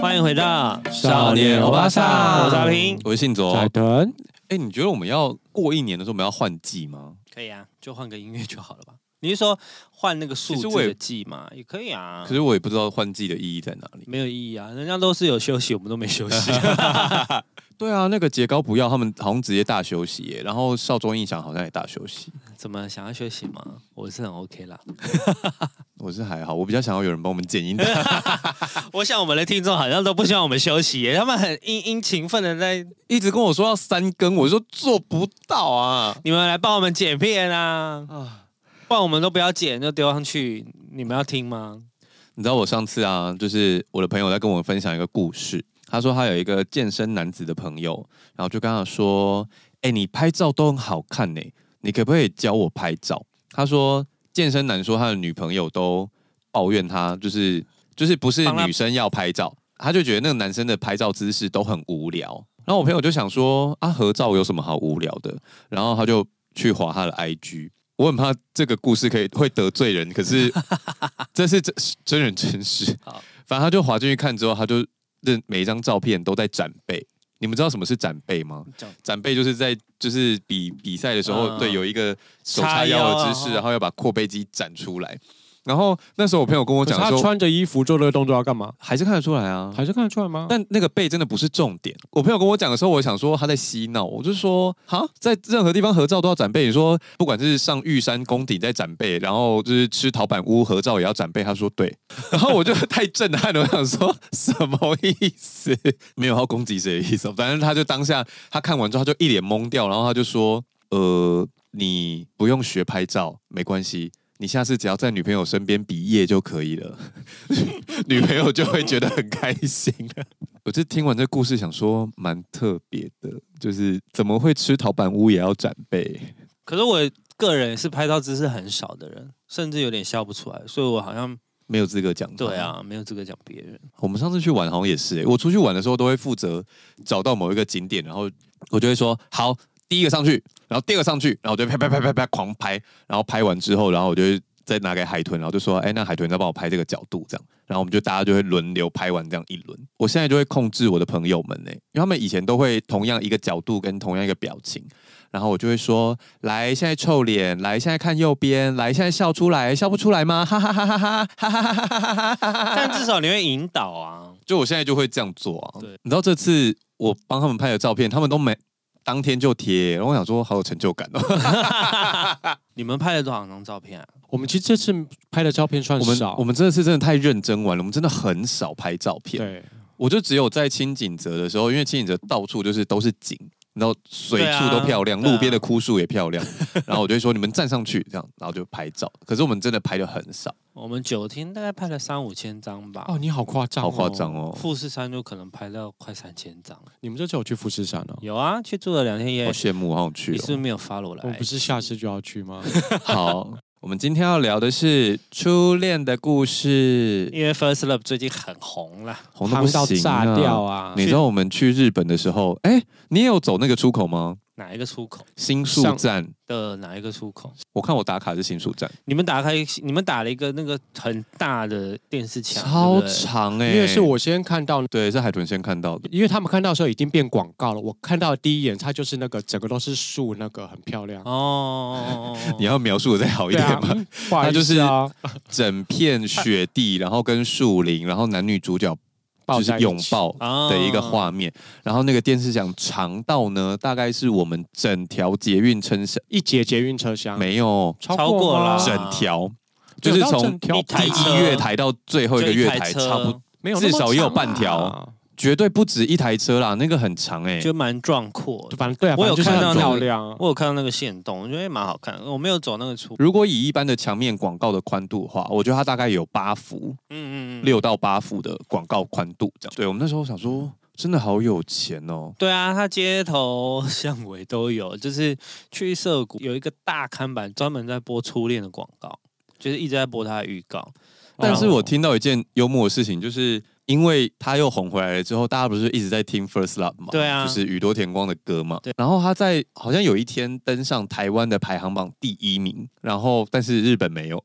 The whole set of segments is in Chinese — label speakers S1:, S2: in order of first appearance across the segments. S1: 欢迎回到
S2: 少年欧巴桑
S1: 我是阿平。
S2: 我是信卓。
S3: 在
S2: 哎、
S3: 等，
S2: 你觉得我们要过一年的时候，我们要换季吗？
S1: 可以啊，就换个音乐就好了吧？你是说换那个数
S2: 其
S1: 字
S2: 实我也
S1: 的季嘛？也可以啊
S2: 可，是我也不知道换季的意义在哪里。
S1: 没有意义啊，人家都是有休息，我们都没休息。
S2: 对啊，那个节高不要，他们好像直接大休息耶。然后少中印象好像也大休息。
S1: 怎么想要休息吗？我是很 OK 啦。
S2: 我是还好，我比较想要有人帮我们剪音的。
S1: 我想我们的听众好像都不希望我们休息耶，他们很殷殷勤奋的在
S2: 一直跟我说要三更，我说做不到啊。
S1: 你们来帮我们剪片啊，
S2: 啊，
S1: 不然我们都不要剪就丢上去，你们要听吗？
S2: 你知道我上次啊，就是我的朋友在跟我分享一个故事，他说他有一个健身男子的朋友，然后就跟他说：“哎、你拍照都很好看呢、你可不可以教我拍照？”他说，健身男说他的女朋友都抱怨他，就是就是不是
S1: 帮他
S2: 女生要拍照，他就觉得那个男生的拍照姿势都很无聊。然后我朋友就想说啊，合照有什么好无聊的？然后他就去划他的 IG。我很怕这个故事可以会得罪人，可 是这是真真人真事
S1: 好。
S2: 反正他就划进去看之后，他就认每一张照片都在展背。你们知道什么是展背吗
S1: 展？
S2: 展背就是在就是比比赛的时候，
S1: 嗯
S2: 对，有一个手
S1: 叉
S2: 叉腰
S1: 腰
S2: 的
S1: 啊
S2: 姿势，然后要把阔背肌展出来。然后那时候我朋友跟我
S3: 可是
S2: 讲
S3: 他
S2: 说，
S3: 穿着衣服做这个动作要干嘛？
S2: 还是看得出来啊。
S3: 还是看得出来吗？
S2: 但那个背真的不是重点。我朋友跟我讲的时候，我想说他在嬉闹，我就说哈，在任何地方合照都要展背。你说不管是上玉山宫顶在展背，然后就是吃陶板屋合照也要展背。他说对， 然后我就太震撼了，我想说什么意思？没有要攻击谁的意思，反正他就当下他看完之后他就一脸懵掉，然后他就说呃，你不用学拍照没关系。你下次只要在女朋友身边比耶就可以了， 女朋友就会觉得很开心了。我就听完这故事，想说蛮特别的，就是怎么会吃陶板屋也要展背？
S1: 可是我个人是拍照姿势很少的人，甚至有点笑不出来，所以我好像
S2: 没有资格讲。
S1: 对，啊，没有资格讲别 人。
S2: 我们上次去玩好像也是、欸，我出去玩的时候都会负责找到某一个景点，然后我就会说好，第一个上去，然后第二个上去，然后我就拍拍拍拍拍狂拍，然后拍完之后，然后我就会再拿给海豚，然后就说，哎、那海豚再帮我拍这个角度这样，然后我们就大家就会轮流拍完这样一轮。我现在就会控制我的朋友们呢、因为他们以前都会同样一个角度跟同样一个表情。然后我就会说：“来，现在臭脸，来，现在看右边，来，现在笑出来，笑不出来吗？哈哈哈哈哈哈哈哈哈哈哈哈哈！”
S1: 但至少你会引导啊，
S2: 就我现在就会这样做啊。
S1: 对
S2: 你知道这次我帮他们拍的照片，他们都没当天就贴，然后我想说好有成就感哦。
S1: 你们拍了多少张照片啊？
S3: 我们其实这次拍的照片算
S2: 我们
S3: 少，
S2: 我们这次真的太认真玩了，我们真的很少拍照片。
S3: 对，
S2: 我就只有在清景泽的时候，因为清景泽到处就是都是景。然后水处都漂亮，
S1: 对啊
S2: 路边的枯树也 漂亮。然后我就会说你们站上去，这样，然后就拍照。可是我们真的拍的很少，
S1: 我们九天大概拍了三五千张吧，
S3: 哦，你好夸张、
S2: 好夸张！哦！
S1: 富士山就可能拍到快三千张。
S3: 你们这次有去富士山哦？
S1: 有啊，去住了两天
S2: 好
S1: 夜，
S2: 羡慕，好想去
S1: 你是不是
S2: 哦。
S1: 没有发我来？
S3: 我们不是下次就要去吗？
S2: 好，我们今天要聊的是初恋的故事。
S1: 因为 First Love 最近很红啦，
S2: 红的不
S3: 到
S2: 行、啊、
S3: 炸掉啊！
S2: 你知道我们去日本的时候，哎、你也有走那个出口吗？
S1: 哪一个出口
S2: 新宿
S3: 上
S2: 站，
S1: 的哪一个出口？
S2: 我看我打卡是新宿站，
S1: 你们打开，你们打了一个那个很大的电视墙，
S2: 超
S1: 对不对
S2: 长哎、
S3: 因为是我先看到，
S2: 对，是海豚先看到的，
S3: 因为他们看到的时候已经变广告了。我看到的第一眼，它就是那个整个都是树，那个很漂亮。
S1: 哦，
S2: 你要描述的再好一
S3: 对
S2: 点
S3: 啊
S2: 吗？，
S3: 不好
S2: 它
S3: 意
S2: 就是
S3: 思啊，
S2: 整片雪 地，然后跟树林，然后男女主角
S3: 抱
S2: 就
S3: 在一起
S2: 是拥抱。
S1: 啊
S2: 的一个画面，然后那个电视墙长到呢，大概是我们整条捷运车厢
S3: 一节捷运车厢，
S2: 没有
S1: 超过
S3: 吗
S1: 啦
S2: 整条，就
S3: 有
S2: 是
S3: 到
S2: 从
S3: 啊整条
S1: 一
S3: 吧
S1: 台
S2: 第
S1: 车
S2: 一月台到最后一个月台，
S1: 就一台车
S2: 差不多
S3: 没有那么
S2: 至少也有
S3: 长啊
S2: 半条，绝对不止一台车啦，那个很长哎、
S1: 就蛮壮阔的。
S3: 反正对啊，
S1: 我有
S3: 反正就是很
S2: 看到那个
S3: 漂亮啊。
S1: 我有看到那个线动，我觉得蛮好看。我没有走那个出，
S2: 如果以一般的墙面广告的宽度的话，我觉得它大概有八幅，
S1: 嗯嗯嗯，
S2: 六到八幅的广告宽度这样。对我们那时候想说，真的好有钱哦。
S1: 对啊，它街头巷尾都有，就是去涩谷有一个大看板，专门在播初恋的广告，就是一直在播它的预告。
S2: 但是我听到一件幽默的事情，就是因为他又红回来了之后，大家不是一直在听《First Love》嘛？
S1: 对啊
S2: 就是宇多田光的歌嘛。
S1: 对
S2: 然后他在好像有一天登上台湾的排行榜第一名，然后但是日本 没有。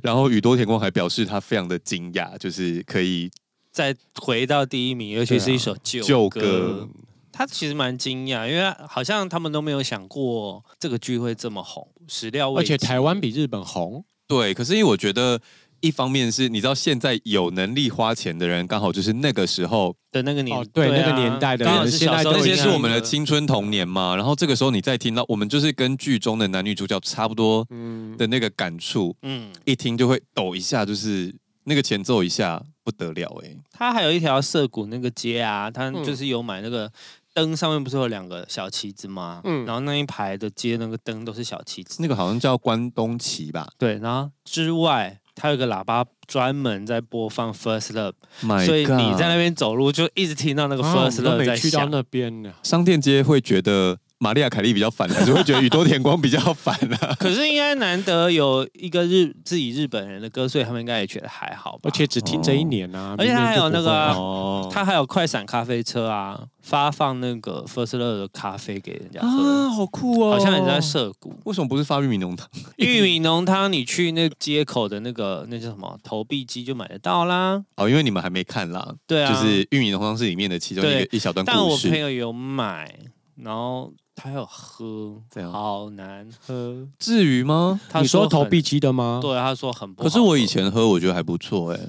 S2: 然后宇多田光还表示他非常的惊讶，就是可以
S1: 再回到第一名，尤其是一首旧
S2: 旧歌
S1: 歌，他其实蛮惊讶，因为好像他们都没有想过这个剧会这么红，始料未
S3: 而
S1: 及。
S3: 且台湾比日本红，
S2: 对，可是因为我觉得。一方面是你知道，现在有能力花钱的人，刚好就是那个时候，
S1: 的那个年、
S3: 哦对
S1: 啊
S3: 那个年代的
S1: 刚好
S3: 人
S1: 是
S3: 现
S1: 小
S3: 在
S1: 时候
S3: 都
S2: 那
S3: 已
S2: 些
S3: 经
S2: 是我们的
S1: 青
S2: 青春童年嘛。然后这个时候你再听到，我们就是跟剧中的男女主角差不多
S3: 嗯，
S2: 的那个感触，
S1: 嗯，
S2: 一听就会抖一下，就是那个前奏一下不得了哎、
S1: 他还有一条涩谷那个街啊，他
S3: 嗯
S1: 就是有买那个灯，上面不是有两个小旗子吗？
S3: 嗯
S1: 然后那一排的街那个灯都是小旗子，
S2: 那个好像叫关东旗吧，
S1: 对，然后之外。它有一个喇叭专门在播放 First Love，、
S2: My
S1: 所以你
S2: God
S1: 在那边走路就一直听到那个
S3: 啊我
S1: First
S3: 们都
S1: Love
S3: 没
S1: 在
S3: 去到
S1: 响。啊
S3: 那边呢。
S2: 商店街会觉得玛利亚凯莉比较烦，还是会觉得宇多田光比较烦 啊？
S1: 可是应该难得有一个日自己日本人的歌，所以他们应该也觉得还好吧。
S3: 而且只听这一年啊，
S1: 哦而且它还有那个啊
S3: 明年就不会了
S2: 哦，
S1: 他还有快闪咖啡车啊，发放那个 First Love 的咖啡给人家喝，
S2: 啊，好酷哦！
S1: 好像也在涉谷。
S2: 为什么不是发玉米浓汤？
S1: 玉米浓汤，你去那街口的那个那叫什么投币机就买得到啦。
S2: 哦，因为你们还没看啦，
S1: 对啊，
S2: 就是玉米浓汤是里面的其中一个一小段
S1: 但
S2: 故
S1: 我朋
S2: 事。
S1: 友有买，然后他有喝
S2: 怎样，
S1: 好难喝。
S2: 至于吗？
S1: 他
S3: 你说投
S1: 很
S3: 币，机的吗？
S1: 对，他说很不好
S2: 可
S1: 喝。
S2: 是我以前喝，我觉得还不错哎、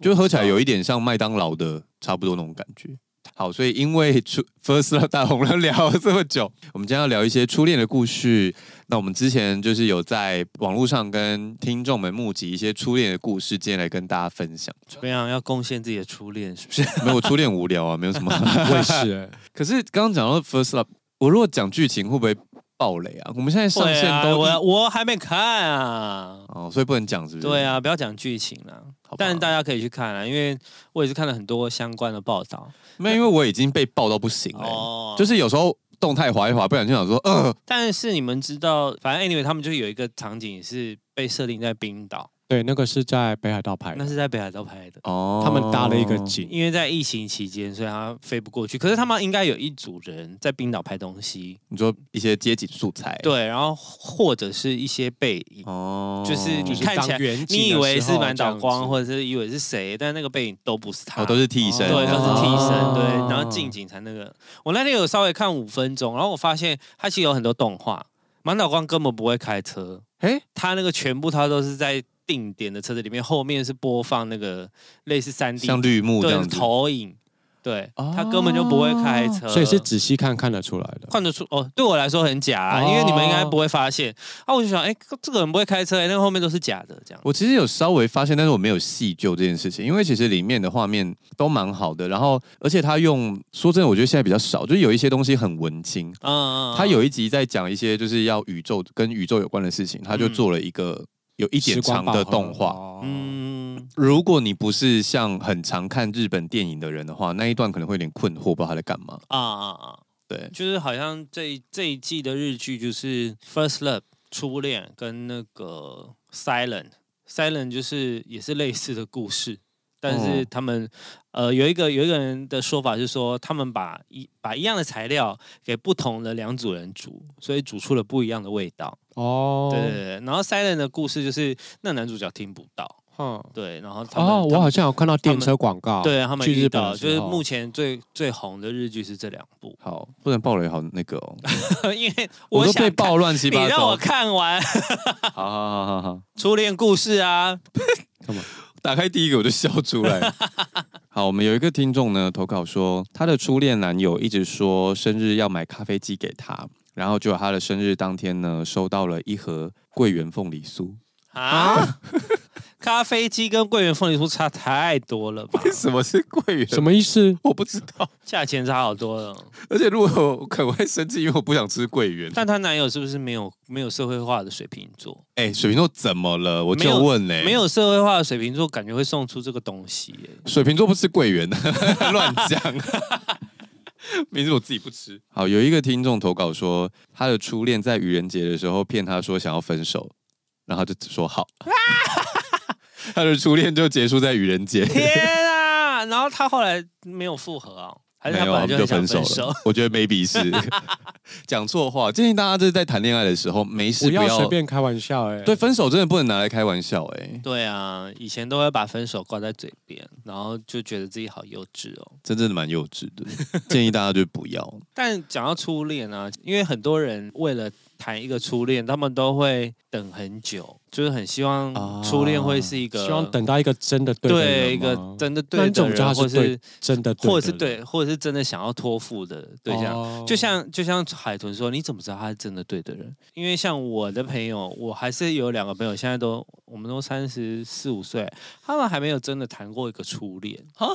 S2: 就喝起来有一点像麦当劳的差不多那种感觉。好，所以因为初 First Love 大红了聊了这么久，我们今天要聊一些初恋的故事。那我们之前就是有在网络上跟听众们募集一些初恋的故事，今天来跟大家分 享。
S1: 怎么样要贡献自己的初恋，是不是？
S2: 没有我初恋无聊啊，没有 什么。
S3: 我也是欸。
S2: 可是刚刚讲到 First Love，我如果讲剧情会不会爆雷啊？我们现在上线
S1: 对啊，
S2: 都、
S1: 我我还没看啊。
S2: 哦，所以不能讲是不是？
S1: 对，啊，不要讲剧情啦，
S2: 好吧
S1: 但大家可以去看啊，因为我也是看了很多相关的报道。
S2: 没有，因为我已经被爆到不行了欸、
S1: 哦，
S2: 就是有时候动态滑一滑，不小心想说，呃，
S1: 但是你们知道，反正 anyway，他们就有一个场景是被设定在冰岛，
S3: 对，那个是在北海道拍
S1: 那
S3: 的，
S1: 是在北海道拍的。
S2: 哦
S3: 他们搭了一个景，
S1: 因为在疫情期间，所以他飞不过去。可是他们应该有一组人在冰岛拍东西，
S2: 你说一些街景素材，，
S3: 哎
S1: 对，然后或者是一些背影，
S2: 哦，
S1: 就是你
S3: 就是
S1: 看起来
S3: 当远景的
S1: 你以为
S3: 时
S1: 是
S3: 候
S1: 满岛
S3: 这样
S1: 光，
S3: 子
S1: 或者是以为是谁，但那个背影都不是他，
S2: 哦，都是替身，
S1: 对，都是替身，
S2: 哦
S1: 对，然后近景才那个。我那天有稍微看五分钟，然后我发现它其实有很多动画，满脑光根本不会开车，
S2: 诶
S1: 他那个全部他都是在定点的车子里面，后面是播放那个类似三 D
S2: 像绿幕这
S1: 对
S2: 样子，
S1: 投影，对
S2: 哦
S1: 他根本就不会开车，
S3: 所以是仔细看看得出来的。
S1: 看得出哦，对我来说很假、啊，
S3: 哦
S1: 因为你们应该不会发现啊。我就想，哎、这个人不会开车、哎，那个后面都是假的，这样。
S2: 我其实有稍微发现，但是我没有细究这件事情，因为其实里面的画面都蛮好的，然后而且他用，说真的，我觉得现在比较少，就是有一些东西很文青。
S1: 嗯嗯，嗯
S2: 他有一集在讲一些就是要宇宙跟宇宙有关的事情，他就
S1: 嗯
S2: 做了一个有一点
S3: 时光
S2: 长
S3: 宝
S2: 的
S3: 盒
S2: 动画，
S3: 哦
S1: 嗯，
S2: 如果你不是像很常看日本电影的人的话，那一段可能会有点困惑，不知道他在干嘛。
S1: 啊啊啊，
S2: 对，
S1: 就是好像这一这一季的日剧就是《First Love》初恋跟那个《Silent》，《Silent》就是也是类似的故事，但是
S2: 哦
S1: 他们、呃有一个有一个人的说法是说，他们把一把一样的材料给不同的两组人煮，所以煮出了不一样的味道。
S3: 哦，
S1: 对对对，然后《Silent》的故事就是那男主角听不到，
S3: 哼，
S1: 对，然后他们
S3: 哦，我
S1: 他
S3: 好
S1: 们
S3: 像有看到电车广告，
S1: 对他们
S3: 去
S1: 遇
S3: 日本
S1: 到
S3: 的时
S1: 就是
S3: 候
S1: 目前最最红的日剧是这两部，
S2: 好，不能暴雷，好那个哦，
S1: 因为
S2: 我都
S1: 想
S2: 被
S1: 看
S2: 爆乱七
S1: 你
S2: 八
S1: 让我
S2: 糟。
S1: 看完
S2: 好好好好好，
S1: 初恋故事啊，
S2: 打开第一个我就笑出来。好，我们有一个听众呢投稿说，他的初恋男友一直说生日要买咖啡机给他，然后就他的生日当天呢收到了一盒桂圆凤梨酥。
S1: 啊， 咖啡机跟桂圆凤梨酥差太多了吧？
S2: 什么是桂圆？
S3: 什么意思？
S2: 我不知道。
S1: 价钱差好多了。
S2: 而且如果我可能会生气，因为我不想吃桂圆。
S1: 但她男友是不是没有没有社会化的水瓶座？
S2: 哎、水瓶座怎么了？我
S1: 没有
S2: 就问嘞、
S1: 没有社会化的水瓶座，感觉会送出这个东西耶、
S2: 水瓶座不吃桂圆，乱讲。明明我自己不吃。好，有一个听众投稿说，他的初恋在愚人节的时候骗他说想要分手，然后他就只说好。他的初恋就结束在愚人节。
S1: 天啊！然后他后来没有复合啊、还是
S2: 没
S1: 他
S2: 有
S1: 本来
S2: 啊，我
S1: 很
S2: 们就
S1: 想
S2: 分
S1: 分
S2: 手了。我觉得 maybe 是 讲错话，建议大家就是在谈恋爱的时候没事
S3: 不要随
S2: 要
S3: 便开玩笑、哎，
S2: 对，分手真的不能拿来开玩笑哎、
S1: 对啊，以前都会把分手挂在嘴边，然后就觉得自己好幼稚哦。
S2: 真正的蛮幼稚的，建议大家就不要。
S1: 但讲到初恋啊，因为很多人为了谈一个初恋，他们都会等很久，就是很希望
S2: 啊
S1: 初恋会是一个、
S3: 哦希望等到一个真的对的人
S1: 对一个
S3: 吗
S1: 真的
S3: 那
S1: 对
S3: 你怎
S1: 的
S3: 么知道
S1: 人，
S3: 他是
S1: 或是
S3: 真的对的人，
S1: 或者是对，或者是真的想要托付的对象。
S3: 哦
S1: 就像就像海豚说，你怎么知道他是真的对的人？因为像我的朋友，我还是有两个朋友，现在都我们都三十四五岁，他们还没有真的谈过一个初恋
S2: 哈，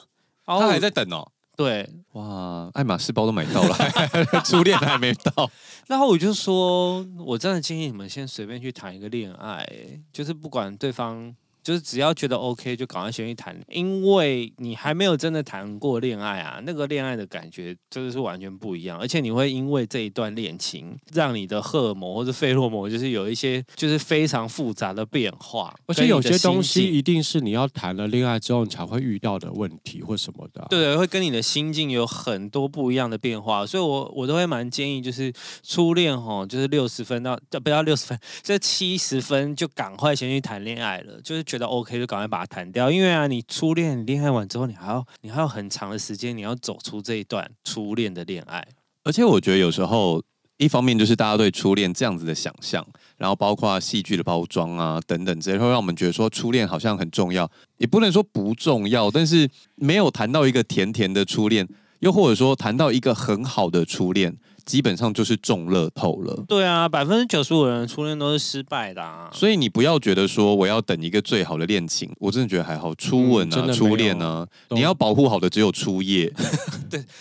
S1: 然后
S2: 他还在等哦，
S1: 对，
S2: 哇，爱马仕包都买到了， 初恋还没到，
S1: 然后我就说，我真的建议你们先随便去谈一个恋爱、欸就是不管对方，就是只要觉得 OK 就赶快先去谈，因为你还没有真的谈过恋爱啊，那个恋爱的感觉真的是完全不一样，而且你会因为这一段恋情，让你的荷尔蒙或者费洛蒙就是有一些就是非常复杂的变化，跟
S3: 而且
S1: 你
S3: 有
S1: 的
S3: 些
S1: 心
S3: 东西
S1: 境。
S3: 一定是你要谈了恋爱之后你才会遇到的问题或什么的啊、
S1: 对对，会跟你的心境有很多不一样的变化，所以我我都会蛮建议，就是初恋吼，就是六十分到呃不要六十分，这七十分就赶快先去谈恋爱了，就是觉得 OK 就赶快把它谈掉，因为啊，你初恋你恋爱完之后，你还要你还有很长的时间，你要走出这一段初恋的恋爱。
S2: 而且我觉得有时候，一方面就是大家对初恋这样子的想象，然后包括戏剧的包装啊等等之类，会让我们觉得说初恋好像很重要，也不能说不重要，但是没有谈到一个甜甜的初恋，又或者说谈到一个很好的初恋，基本上就是中乐透了。
S1: 对啊，百分之九十五的人初恋都是失败的、啊，
S2: 所以你不要觉得说我要等一个最好的恋情，我真的觉得还好，初
S3: 嗯
S2: 吻
S3: 真
S2: 啊、
S3: 的没有
S2: 初恋啊，
S3: 都
S2: 你要保护好的只有初夜。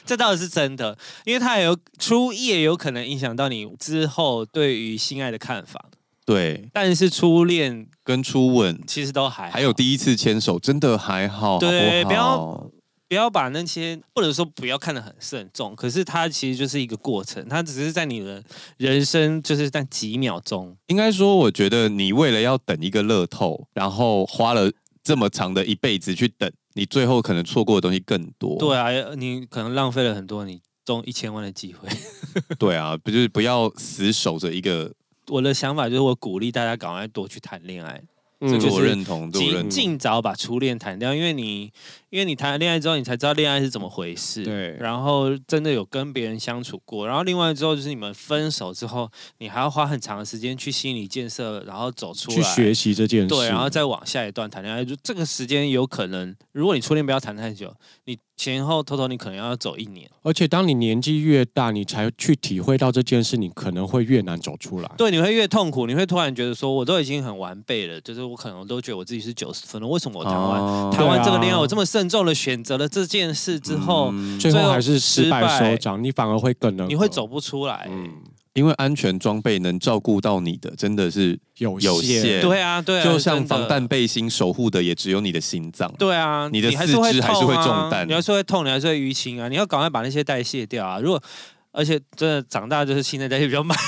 S1: 这倒是真的，因为它也有初夜有可能影响到你之后对于性爱的看法，
S2: 对，
S1: 但是初恋
S2: 跟初吻，
S1: 其实都还好
S2: 还有第一次牵手，真的还好，
S1: 对
S2: 好
S1: 不
S2: 不
S1: 要
S2: 好
S1: 不要把那些，或者说不要看得很慎重，可是它其实就是一个过程，它只是在你的人生就是在几秒钟。
S2: 应该说，我觉得你为了要等一个乐透，然后花了这么长的一辈子去等，你最后可能错过的东西更多。
S1: 对啊，你可能浪费了很多你中一千万的机会。
S2: 对啊，不就是不要死守着一个，
S1: 我的想法就是，我鼓励大家赶快多去谈恋爱，
S3: 嗯，
S1: 这
S2: 这
S1: 就
S2: 个
S1: 是
S2: 我认同，这个我
S1: 尽
S2: 认同。
S1: 尽早把初恋谈掉，因为你因为你谈了恋爱之后，你才知道恋爱是怎么回事。
S3: 对
S1: 然后真的有跟别人相处过，然后另外之后就是你们分手之后，你还要花很长的时间去心理建设，然后走出来，
S3: 去学习这件事，
S1: 对，然后再往下一段谈恋爱，就这个时间有可能，如果你初恋不要谈太久，你前后偷偷你可能要走一年。
S3: 而且当你年纪越大，你才去体会到这件事，你可能会越难走出来。
S1: 对，你会越痛苦，你会突然觉得说，我都已经很完备了，就是我可能都觉得我自己是九十分了，为什么我谈完、
S2: 哦
S1: 谈完这个
S3: 对啊
S1: 恋爱，我这么慎重的选择了这件事之后，
S2: 嗯
S3: 最
S1: 最
S3: 后
S1: 后
S3: 还是失败
S1: 失败
S3: 收场，你反而会更能，
S1: 你会走不出来。
S3: 嗯，
S2: 因为安全装备能照顾到你的，真的是
S3: 有
S2: 有限
S1: 对啊，对啊，
S2: 就像
S1: 真的
S2: 防弹背心守护的也只有你的心脏。
S1: 对啊，
S2: 你的
S1: 还是会
S2: 四肢还是会
S1: 痛啊
S2: 中弹
S1: 你还是会痛，你还是会淤青啊，你要赶快把那些代谢掉啊。如果而且真的长大就是新的代谢比较慢，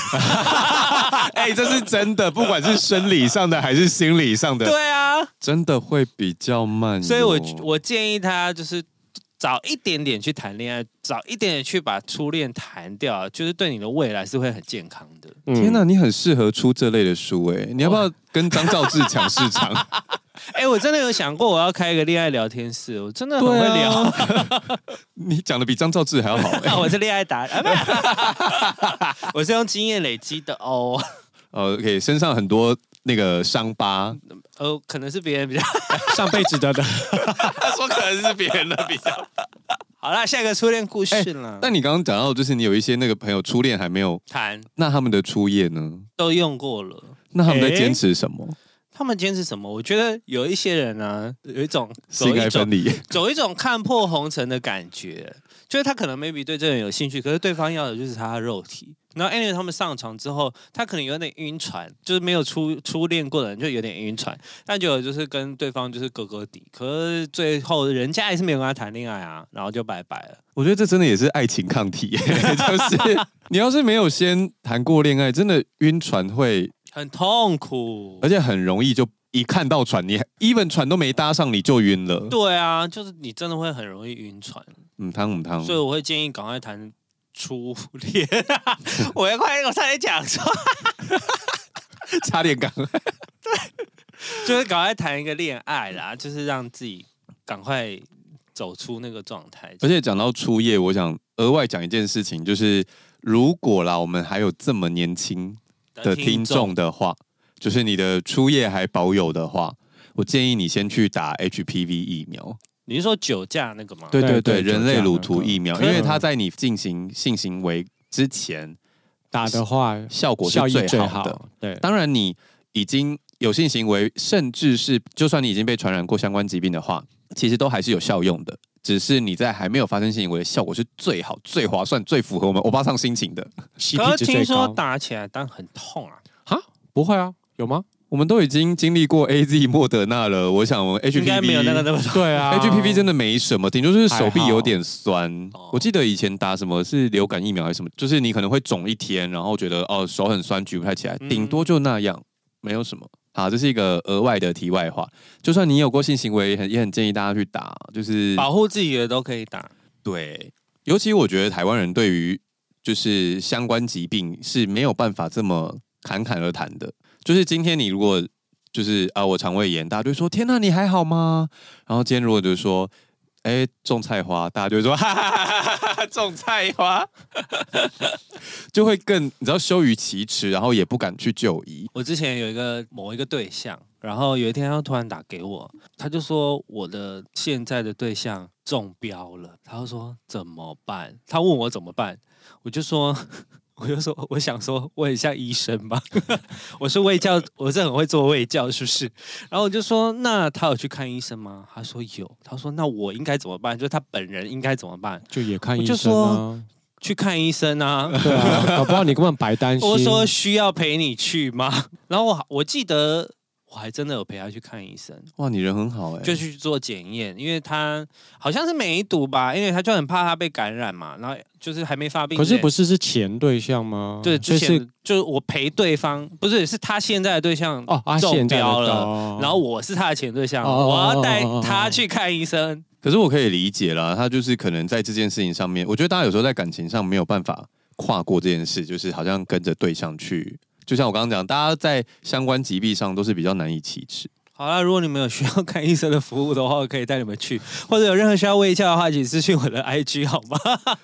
S2: 哎、这是真的，不管是生理上的还是心理上的，
S1: 对啊，
S2: 真的会比较慢哟。
S1: 所以我我建议他就是早一点点去谈恋爱，早一点点去把初恋谈掉，就是对你的未来是会很健康的。
S2: 天哪、
S3: 哪，
S2: 你很适合出这类的书哎、你要不要跟张兆志抢市场？
S1: 哎、我真的有想过我要开一个恋爱聊天室，我真的很
S2: 对
S1: 会
S2: 啊
S1: 聊。
S2: 你讲的比张兆志还要 好哎、
S1: 那我是恋爱达人，啊不是 我是用经验累积的哦。
S2: 呃，OK，身上很多那个伤疤，
S1: 呃，可能是别人比较
S3: 上辈子的的，
S2: 他说可能是别人的比较。
S1: 好啦，下一个初恋故事啦。
S2: 哎但你刚刚讲到，就是你有一些那个朋友初恋还没有，
S1: 谈
S2: 那他们的初夜呢？
S1: 都用过了。
S2: 那他们在
S3: 哎
S2: 坚持什么？
S1: 他们坚持什么？我觉得有一些人啊，有一种走
S2: 性
S1: 一
S2: 爱
S1: 种
S2: 分离？
S1: 走一种看破红尘的感觉，就是他可能 maybe 对这个人有兴趣，可是对方要的就是他的肉体。然后 anyway 他们上床之后，他可能有点晕船，就是没有初初恋过的人就有点晕船，但就有就是跟对方就是哥哥底，可是最后人家还是没有跟他谈恋爱啊，然后就拜拜了。
S2: 我觉得这真的也是爱情抗体、欸 就是你要是没有先谈过恋爱，真的晕船会，
S1: 很痛苦
S2: 而，且很容易就一看到船，你 even 船都没搭上你就晕了。
S1: 对啊，就是你真的会很容易晕船，
S2: 嗯汤嗯汤
S1: 所，以我会建议赶快谈初恋。 我要快，我差点讲错，
S2: 差点刚
S1: 就是赶快谈一个恋爱啦，就是让自己赶快走出那个状态。
S2: 而且讲到初夜，我想额外讲一件事情，就是如果啦，我们还有这么年轻的听众的话， 就是你的初夜还保有的话，我建议你先去打 HPV 疫苗。
S1: 你是说酒驾那个吗？
S2: 对对
S3: 对
S2: 对，
S3: 对
S2: 人类乳
S3: 就
S2: 图
S3: 这样
S2: 疫苗，
S1: 可
S2: 因
S1: 是
S2: 为它在你进行性行为之前，
S3: 打的 话
S2: 效果
S3: 效
S2: 是
S3: 益最
S2: 好的。
S3: 好，对，
S2: 当然，你已经有性行为，甚至是就算你已经被传染过相关疾病的话，其实都还是有效用的。只是你在还没有发生性行为，效果是最好、最划算、最符合我们欧巴桑心情的。
S1: 可
S3: CP
S1: 是
S3: 值
S1: 听
S3: 最
S1: 说
S3: 高。
S1: 打起来但很痛啊，
S3: 不会啊，有吗？
S2: 我们都已经经历过 A Z 莫德纳了，我想我们 HPV
S1: 应该没有那个那么痛。
S3: 对啊
S2: HPV 真的没什么，顶多就是手臂有点酸
S1: 哎还好。
S2: 我记得以前打什么是流感疫苗还是什么，就是你可能会肿一天，然后觉得哦手很酸，举不太起来，
S1: 嗯
S2: 顶多就那样，没有什么。好，这是一个额外的题外话。就算你有过性行为，很也很建议大家去打，就是
S1: 保护自己的都可以打，
S2: 对。尤其我觉得台湾人对于就是相关疾病是没有办法这么侃侃而谈的。就是今天你如果就是啊，我肠胃炎，大家就会说天呐、你还好吗？然后今天如果就说，哎，种菜花，大家就会说哈哈哈哈哈哈，种菜花， 就会更你知道羞于启齿，然后也不敢去就医。
S1: 我之前有一个某一个对象，然后有一天他突然打给我，他就说我的现在的对象中标了，他就说怎么办？他问我怎么办，我就说。 我就说，我想说，我很像医生吧， 我是卫教，我是很会做卫教，是不是？然后我就说，那他有去看医生吗？他说有。他说，那我应该怎么办？就是他本人应该怎么办？
S3: 就也看
S1: 我
S3: 医
S1: 就
S3: 生啊，
S1: 去看医生啊。
S3: 对啊，搞不好你根本白担心。
S1: 我说需要陪你去吗？ 然后我我记得我还真的有陪他去看医生，
S2: 哇，你人很好哎、
S1: 就去做检验，因为他好像是梅毒吧，因为他就很怕他被感染嘛，然后就是还没发病
S3: 可
S1: 之前，
S3: 是不是是前对象吗？
S1: 对
S3: 所
S1: 之
S3: 以是
S1: 前的就是我陪对方，不是是他现在的对象
S3: 哦，啊，
S1: 中
S3: 现在的
S1: 标了，
S3: 哦
S1: 然后我是他的前对象，
S3: 哦哦哦
S1: 我要带
S3: 哦哦哦
S1: 他去看医生。
S2: 可是我可以理解啦，他就是可能在这件事情上面，我觉得大家有时候在感情上没有办法跨过这件事，就是好像跟着对象去。就像我刚刚讲，大家在相关疾病上都是比较难以启齿。
S1: 好啦，如果你们有需要看医生的服务的话，我可以带你们去，或者有任何需要微笑的话，请私信我的 IG 好吗？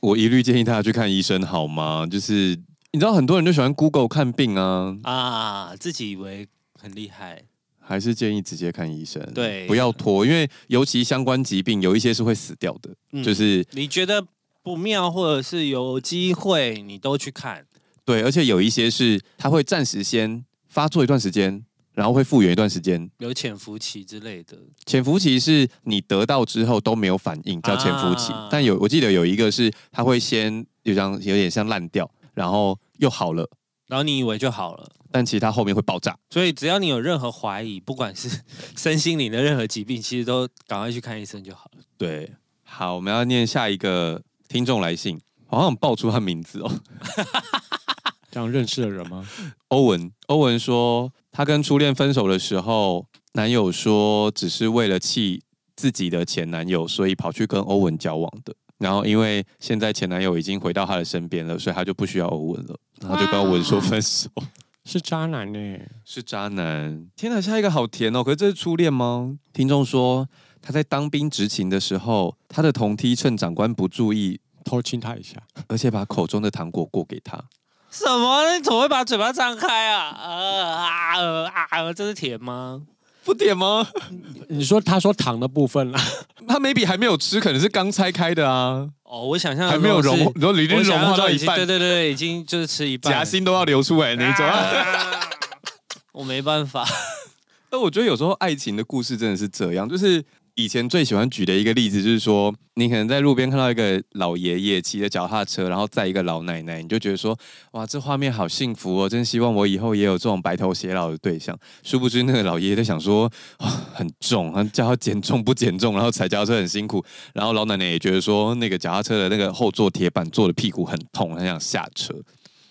S2: 我一律建议大家去看医生，好吗？就是你知道，很多人就喜欢 Google 看病啊，
S1: 啊，自己以为很厉害，
S2: 还是建议直接看医生，
S1: 对
S2: 不要拖，因为尤其相关疾病有一些是会死掉的，
S1: 嗯
S2: 就是
S1: 你觉得不妙，或者是有机会，你都去看。
S2: 对，而且有一些是它会暂时先发作一段时间，然后会复原一段时间，
S1: 有潜伏期之类的，
S2: 潜伏期是你得到之后都没有反应，叫潜伏期。
S1: 啊
S2: 但有我记得有一个是它会先有像有点像烂掉，然后又好了，
S1: 然后你以为就好了。
S2: 但其实它后面会爆炸。
S1: 所以只要你有任何怀疑，不管是身心灵的任何疾病，其实都赶快去看医生就好了。
S2: 对，好，我们要念下一个听众来信，好像爆出他名字哦。
S3: 这样认识的人吗？
S2: 欧文，欧文说他跟初恋分手的时候，男友说只是为了气自己的前男友，所以跑去跟欧文交往的。然后因为现在前男友已经回到他的身边了，所以他就不需要欧文了，然后就跟欧文说分 手。
S3: 是渣男呢，
S2: 是渣男。天哪，下一个好甜哦！可是这是初恋吗？听众说他在当兵执勤的时候，他的同梯趁长官不注意，
S3: 偷亲他一下，
S2: 而且把口中的糖果过给他。
S1: 什么？你怎么会把嘴巴张开啊？呃啊呃啊呃！这是甜吗？
S2: 不点 吗？
S3: 你说他说糖的部分啦，
S2: 他 maybe 还没有吃，可能是刚拆开的啊，
S1: 哦，我想 象
S2: 还没有融，
S1: 化，
S2: 你说已经
S1: 哦我
S2: 融
S1: 想象
S2: 化
S1: 中
S2: 到
S1: 已
S2: 一
S1: 经对
S2: 半，
S1: 对对，已经就是吃一半
S2: 夹心都要流出来那种。
S1: 啊 我没办法，
S2: 那我觉得有时候爱情的故事真的是这样，就是以前最喜欢举的一个例子，就是说你可能在路边看到一个老爷爷骑着脚踏车，然后载一个老奶奶，你就觉得说哇，这画面好幸福哦，真希望我以后也有这种白头偕老的对象。殊不知那个老爷爷在想说哇，很重，他叫他减重不减重，然后踩脚踏车很辛苦，然后老奶奶也觉得说那个脚踏车的那个后座铁板坐的屁股很痛，很想下车。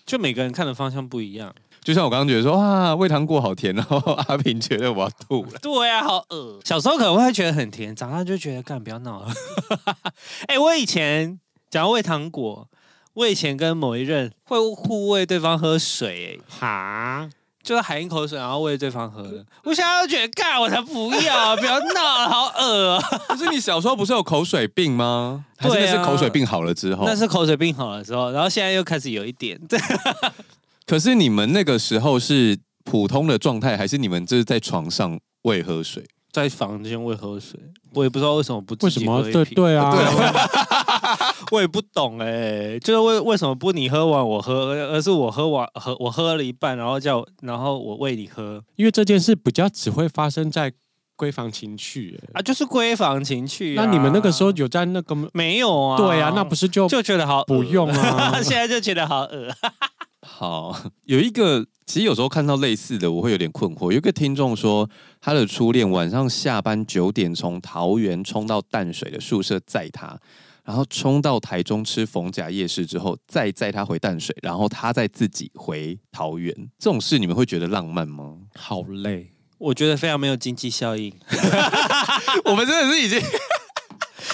S1: 就每个人看的方向不一样。
S2: 就像我刚刚觉得说哇，味糖果好甜，然后阿平觉得我要吐了。
S1: 对啊，好恶。小时候可能会觉得很甜，长大就觉得干不要闹了。 哎、我以前讲到喂糖果，我以前跟某一任会互喂对方喝水、哎，
S3: 哈，
S1: 就是含一口水然后喂对方喝的。我现在就觉得干，我才不要，啊不要闹了，好恶、 啊。
S2: 可是你小时候不是有口水病吗？还是那
S1: 对
S2: 是
S1: 啊
S2: 口水病好了之后？
S1: 那是口水病好了之后，然后现在又开始有一点，对，
S2: 可是你们那个时候是普通的状态，还是你们就是在床上喂喝水？
S1: 在房间喂喝水，我也不知道为什么不
S3: 为
S1: 自
S3: 什
S1: 己
S3: 么？
S1: 喝一
S3: 对
S1: 瓶
S3: 对啊，
S1: 我也不懂哎、就是为为什么不你喝完我喝，而是我喝完喝我喝了一半，然后叫我然后我喂你喝
S3: 因为这件事比较只会发生在闺房情趣、欸
S1: 啊，就是闺房情趣、啊。
S3: 那你们那个时候有在那个吗？
S1: 没有啊？
S3: 对啊，那不
S1: 是
S3: 是就
S1: 就觉得好恶？
S3: 不用，啊
S1: 现在就觉得好啊恶。
S2: 好， 有一个其实有时候看到类似的，我会有点困惑。有一个听众说，他的初恋晚上下班九点从桃园冲到淡水的宿舍载他，然后冲到台中吃逢甲夜市之后，再载他回淡水，然后他再自己回桃园。这种事你们会觉得浪漫吗？
S3: 好累，
S1: 我觉得非常没有经济效应，
S2: 我们真的是已经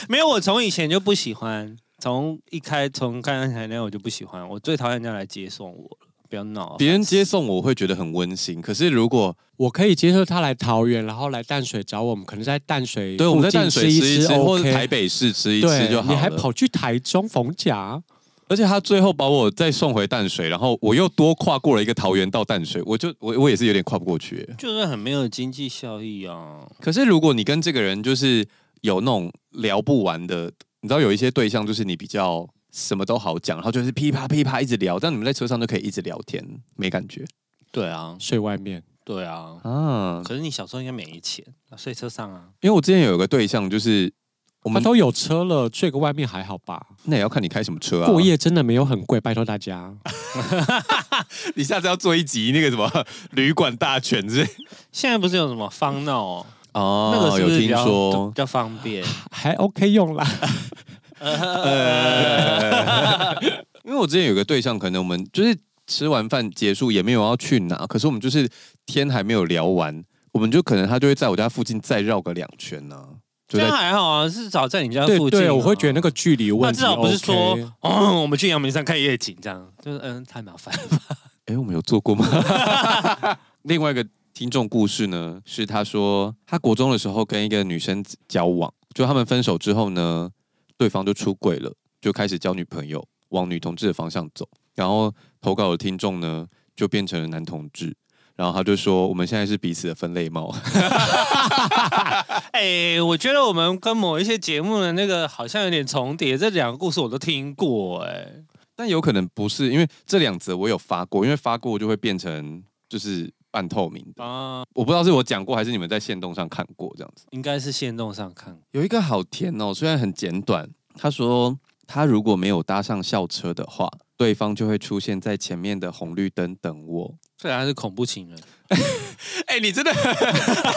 S1: 没有我从以前就不喜欢，从一开从刚才那样我就不喜欢，我最讨厌人家来接送我了，不要闹，
S2: 别人接送我会觉得很温馨，可是如果
S3: 我可以接受他来桃园，然后来淡水找我们，可能在淡水
S2: 对我们在
S3: 附近
S2: 淡水
S3: 吃
S2: 吃一吃，或者
S3: OK
S2: 台北市吃一吃
S3: 对
S2: 就好了。
S3: 你还跑去台中逢甲，啊
S2: 而且他最后把我再送回淡水，然后我又多跨过了一个桃园到淡水，我就我我也是有点跨不过去耶。
S1: 就是很没有经济效益啊。
S2: 可是如果你跟这个人就是有那种聊不完的，你知道有一些对象就是你比较什么都好讲，然后就是噼啪噼啪一直聊，但你们在车上就可以一直聊天，没感觉
S1: 对啊，
S3: 睡外面，
S1: 对啊。
S3: 嗯
S2: 啊。
S1: 可是你小时候应该没钱，睡车上啊。
S2: 因为我之前有一个对象，就是我
S3: 他
S2: 们
S3: 都有车了，睡个外面还好吧？
S2: 那也要看你开什么车啊。
S1: 哦
S3: 过夜真的没有很贵，拜托大家。
S2: 你下次要做一集那个什么旅馆大全之类
S1: 现在不是有什么方闹哦，
S2: 哦
S1: 那个是不
S2: 有
S1: 是比
S2: 听
S1: 较
S2: 说
S1: 比，较方便？
S3: 还 OK 用啦，
S2: 呃， 因为我之前有个对象，可能我们就是吃完饭结束也没有要去哪，可是我们就是天还没有聊完，我们就可能他就会在我家附近再绕个两圈呢、就
S1: 这样
S2: 在
S1: 还好啊，至少在你家
S3: 对
S1: 附近、啊
S3: 对，我会觉得那。个距离有
S1: 那
S3: 问
S1: 至
S3: 题、
S1: 少
S3: OK。
S1: 不是说，哦，我们去阳明山看夜景这样，就是嗯，太麻烦了。
S2: 哎，我们有做过吗？ 另外一个听众故事呢，是他说他国中的时候跟一个女生交往，就他们分手之后呢，对方就出轨了，就开始交女朋友，往女同志的方向走。然后投稿的听众呢，就变成了男同志。然后他就说，我们现在是彼此的分类帽。
S1: 哎、我觉得我们跟某一些节目的那个好像有点重叠，这两个故事我都听过、哎，
S2: 但有可能不是，因为这两则我有发过，因为发过就会变成就是半透明的。
S1: 啊，
S2: 我不知道是我讲过还是你们在线动上看过这样子。
S1: 应该是线动上看。
S2: 有一个好甜哦，虽然很简短。他说，他如果没有搭上校车的话，对方就会出现在前面的红绿灯等我。
S1: 虽然是恐怖情 人，
S2: 哎、你真的，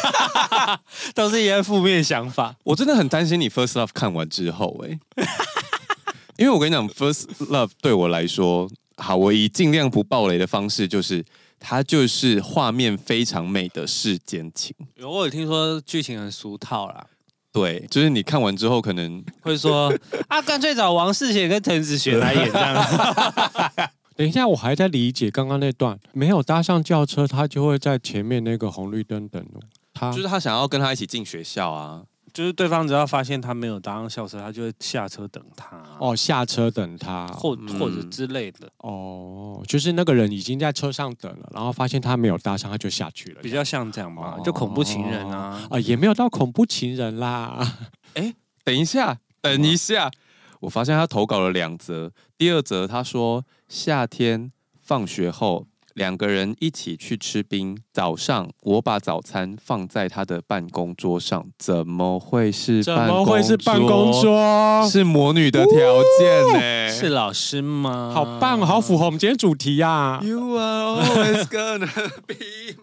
S1: 都是一些负面想法。
S2: 我真的很担心你 First Love 看完之后、哎， 因为我跟你讲，First Love 对我来说，好，我以尽量不爆雷的方式，就是它就是画面非常美的世间情。
S1: 有我有听说剧情很俗套啦，
S2: 对，就是你看完之后，可能
S1: 会 说啊，干脆找王世贤跟陈子璇来演这样。
S3: 等一下，我还在理解刚刚那段，没有搭上轿车，他就会在前面那个红绿灯等我。他
S2: 就是他想要跟他一起进学校啊，
S1: 就是对方只要发现他没有搭上校车，他就会下车等他，哦，
S3: 哦，下车等他，
S1: 或
S2: 嗯
S1: 或者之类的，
S3: 哦，就是那个人已经在车上等了，然后发现他没有搭上，他就下去了。
S1: 比较像这样嘛
S3: 哦，
S1: 就恐怖情人啊
S3: 啊、。也没有到恐怖情人啦。
S2: 等一下，等一下，我发现他投稿了两则。第二则他说，夏天放学后，两个人一起去吃冰。早上我把早餐放在他的办公桌上，怎么会是
S3: 怎么会是办公
S2: 桌？
S3: 桌？
S2: 是魔女的条件呢、
S1: 是老师吗？
S3: 好棒，哦好符合我们今天主题啊呀、
S2: You are always gonna be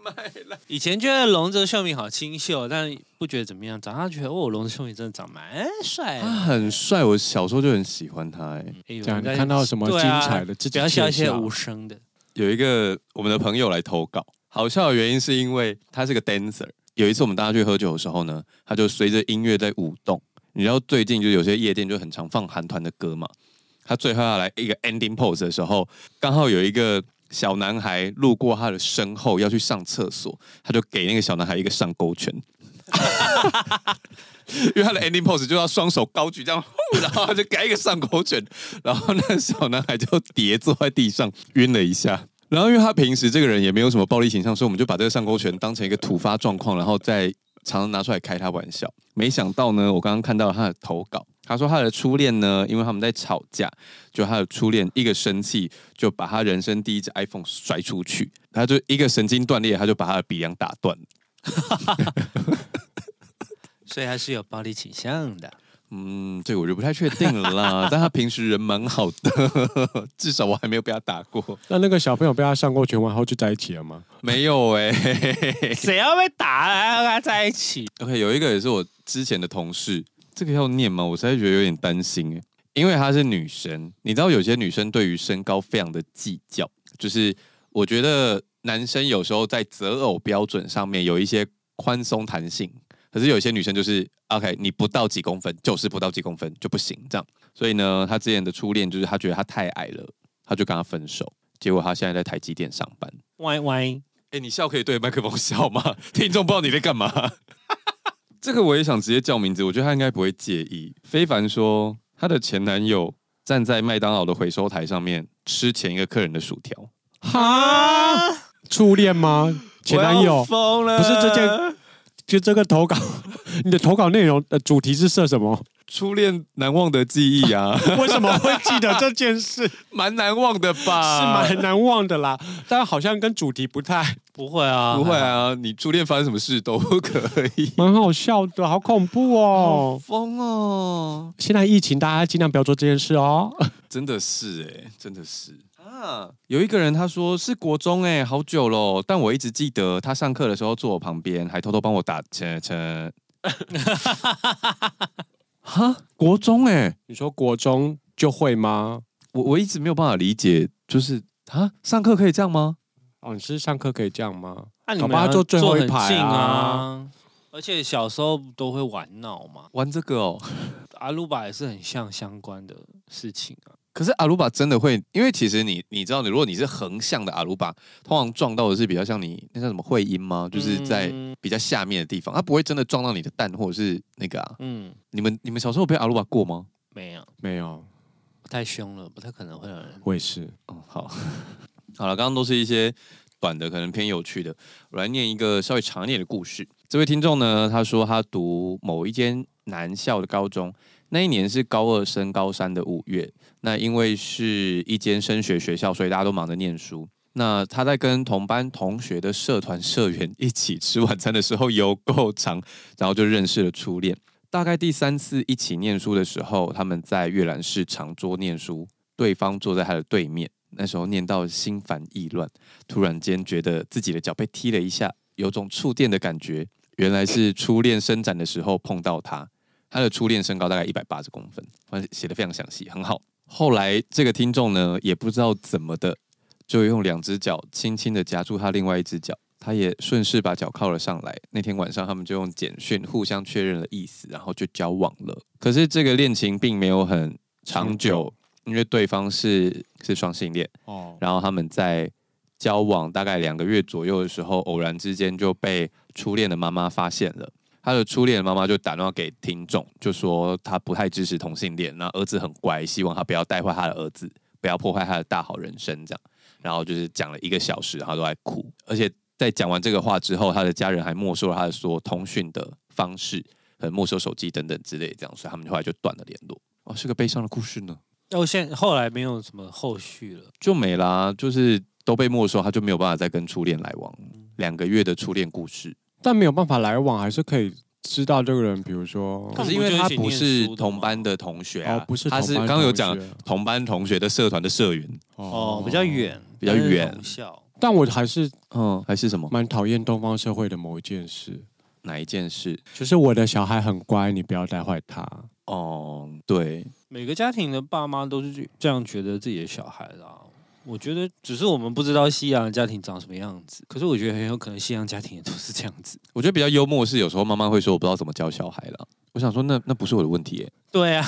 S2: my love。
S1: 以前觉得龙泽秀明好清秀，但不觉得怎么样。长大觉得哦，龙泽秀明真的长蛮帅的
S2: 他。很帅，我小时候就很喜欢他、哎，
S1: 哎呦
S3: 啊这样
S1: 你在
S3: 看到什么
S1: 对
S3: 精
S1: 啊
S3: 彩的，自
S1: 不
S3: 己
S1: 要笑一些
S3: 窃笑
S1: 无声的。
S2: 有一个我们的朋友来投稿，好笑的原因是因为他是个 dancer。有一次我们大家去喝酒的时候呢，他就随着音乐在舞动。你知道最近就有些夜店就很常放韩团的歌嘛，他最后要来一个 ending pose 的时候，刚好有一个小男孩路过他的身后要去上厕所，他就给那个小男孩一个上勾拳。 因为他的 ending pose 就要双手高举这样，呼然后他就给一个上勾拳，然后那个小男孩就跌坐在地上晕了一下。然后因为他平时这个人也没有什么暴力倾向，所以我们就把这个上勾拳当成一个突发状况，然后再常常拿出来开他玩笑。没想到呢，我刚刚看到他的投稿，他说他的初恋呢，因为他们在吵架，就他的初恋一个生气就把他人生第一只 iPhone 甩出去，他就一个神经断裂，他就把他的鼻梁打断了。
S1: 所以他是有暴力倾向的。
S2: 嗯，这个我就不太确定了啦。但他平时人蛮好的， 至少我还没有被他打过。
S3: 那那个小朋友被他上过拳完后就在一起了吗？
S2: 没有哎、
S1: 谁要被打了还要跟他在一起？
S2: OK，有一个也是我之前的同事，这个要念吗？我实在觉得有点担心哎，因为她是女生，你知道有些女生对于身高非常的计较，就是我觉得男生有时候在择偶标准上面有一些宽松弹性，可是有些女生就是 OK，你不到几公分就是不到几公分就不行这样，所以呢，她之前的初恋就是她觉得她太矮了，她就跟她分手，结果她现在在台积电上班。
S1: 歪歪，
S2: 哎、你笑可以对麦克风笑吗？ 听众不知道你在干嘛。 这个我也想直接叫名字，我觉得他应该不会介意。非凡说，她的前男友站在麦当劳的回收台上面吃前一个客人的薯条。
S3: 哈，初恋吗？前男
S1: 我要
S3: 友？
S1: 疯了，
S3: 不是这件就这个投稿， 你的投稿内容呃主题是设什 么？
S2: 初恋难忘的记忆 啊，
S3: 为什么会记得这件 事？是
S2: 蛮难忘的
S1: 啊
S2: 吧？
S3: 蛮难忘的啦，但好像跟主题 不太，
S1: 不会啊，
S2: 不会啊，你初恋发生什么事都可以。
S3: 蛮好笑的，好恐怖
S2: 好
S3: 哦！
S2: 疯哦！
S3: 现在疫情，大家尽量不要做这件事哦。
S2: 真的是哎、真的是啊！有一个人他说是国中哎、好久喽，但我一直记得他上课的时候坐我旁边，还偷偷帮我打呃切切。哈，国中哎、
S3: 你说国中就会吗？
S2: 我我一直没有办法理解，就是啊，上课可以这样吗？
S3: 哦，你是上课可以这样吗？
S1: 那啊你
S3: 搞
S1: 们
S3: 不好
S1: 要
S3: 坐最后
S1: 坐
S3: 一
S1: 很
S3: 排
S1: 近
S3: 啊
S1: 啊。而且小时候都会玩闹嘛，
S2: 玩这个哦？
S1: 阿鲁巴也是很像相关的事情啊。
S2: 可是阿鲁巴真的会，因为其实你你知道，你如果你是横向的阿鲁巴，通常撞到的是比较像你那叫什么会阴吗？就是在
S1: 嗯
S2: 比较下面的地方，它不会真的撞到你的蛋或者是那个啊。
S1: 嗯，
S2: 你们你们小时候有被阿鲁巴过吗？
S1: 没有，
S3: 没有，
S1: 太凶了，不太可能会有人。
S3: 我也是。
S2: 哦，好， 好了，刚刚都是一些短的，可能偏有趣的。我来念一个稍微长一点的故事。这位听众呢，他说他读某一间男校的高中，那一年是高二升高三的五月。那因为是一间升学学校，所以大家都忙着念书。那他在跟同班同学的社团社员一起吃晚餐的时候，有够长，然后就认识了初恋。大概第三次一起念书的时候，他们在阅览室长桌念书，对方坐在他的对面。那时候念到心烦意乱，突然间觉得自己的脚被踢了一下，有种触电的感觉。原来是初恋伸展的时候碰到他，他的初恋身高大概一百八十公分，反正写的非常详细，很好。后来这个听众呢，也不知道怎么的，就用两只脚轻轻的夹住他另外一只脚，他也顺势把脚靠了上来。那天晚上他们就用简讯互相确认了意思，然后就交往了。可是这个恋情并没有很长
S3: 长
S2: 久
S3: 久，
S2: 因为对方是是双性恋。
S3: 哦，
S2: 然后他们在交往大概两个月左右的时候，偶然之间就被初恋的妈妈发现了。他的初恋的妈妈就打电话给听众，就说他不太支持同性恋，那儿子很乖，希望他不要带坏他的儿子，不要破坏他的大好人生这样。然后就是讲了一个小时，然后都在哭，而且在讲完这个话之后，他的家人还没收了他的所有通讯的方式，可能没收手机等等之类的这样，所以他们后来就断了联络。哦，是个悲伤的故事呢。
S1: 哦，现后来没有什么后续了。
S2: 就没啦，就是都被没收，他就没有办法再跟初恋来往。
S3: 嗯
S2: 两个月的初恋故事，
S3: 但没有办法来往，还是可以知道这个人，比如说
S2: 可
S1: 干嘛
S2: 是因为他不
S1: 他
S2: 是
S1: 们不就一起念书的吗
S2: 同班的同学啊，
S3: 哦，不是同
S2: 他
S3: 班同
S2: 是
S3: 学，
S2: 刚刚有讲同班同学的社团的社员，
S1: 哦，比较。远，
S2: 比较
S1: 但是
S2: 远
S1: 同校
S3: 但我还是
S2: 嗯，还是什么
S3: 蛮讨厌东方社会的某一件事，
S2: 哪一件事？
S3: 就是我的小孩很乖，你不要带坏他。
S2: 哦、对，
S1: 每个家庭的爸妈都是这样觉得自己的小孩的、啊。我觉得只是我们不知道西洋的家庭长什么样子，可是我觉得很有可能西洋家庭也都是这样子。
S2: 我觉得比较幽默的是，有时候妈妈会说我不知道怎么教小孩了。我想说那，那不是我的问题耶，
S1: 对啊，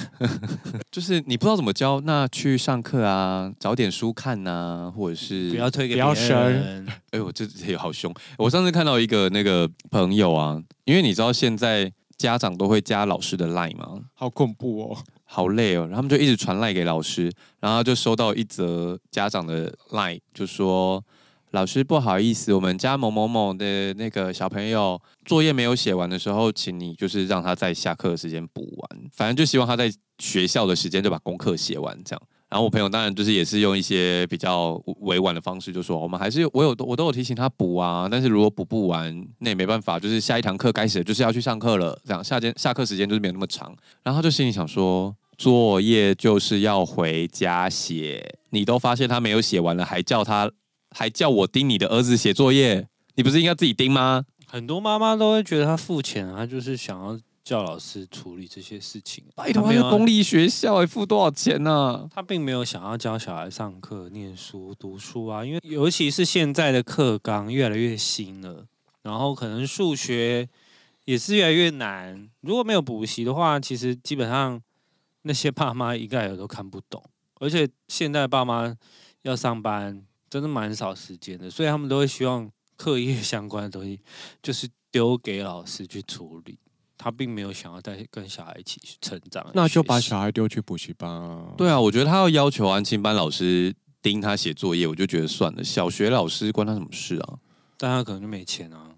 S2: 就是你不知道怎么教，那去上课啊，找点书看呐、或者是
S1: 不要推给
S3: 不要
S1: 别
S3: 生
S1: 人。
S2: 哎呦，这这也好凶！我上次看到一个那个朋友啊，因为你知道现在家长都会加老师的 line 吗？
S3: 好恐怖哦！
S2: 好累哦，然后他们就一直传赖给老师，然后就收到一则家长的 line，就说老师不好意思，我们家某某某的那个小朋友作业没有写完的时候，请你就是让他在下课的时间补完，反正就希望他在学校的时间就把功课写完这样。然后我朋友当然就是也是用一些比较委婉的方式，就说我们还是我有我都有提醒他补啊，但是如果补不完，那也没办法，就是下一堂课该写的就是要去上课了，这样下间下课时间就是没有那么长。然后他就心里想说，作业就是要回家写，你都发现他没有写完了，还叫他还叫我盯你的儿子写作业，你不是应该自己盯吗？
S1: 很多妈妈都会觉得她付钱，她就是想要叫老师处理这些事情。
S2: 拜
S1: 她
S2: 托，他
S1: 没
S2: 是
S1: 有要
S2: 公立学校、欸，付多少钱啊呢、
S1: 他并没有想要教小孩上课、念书、读书啊，因为尤其是现在的课纲越来越新了，然后可能数学也是越来越难。如果没有补习的话，其实基本上那些爸妈一概也都看不懂，而且现在爸妈要上班，真的蛮少时间的，所以他们都会希望课业 相关的东西就是丢给老师去处理。他并没有想要带跟小孩一起成长，
S3: 那就把
S1: 学习
S3: 小孩丢去补习班啊。
S2: 对啊，我觉得他要要求安亲班老师盯他写作业，我就觉得算了。小学老师关他什么事啊？
S1: 但他可能就没钱啊。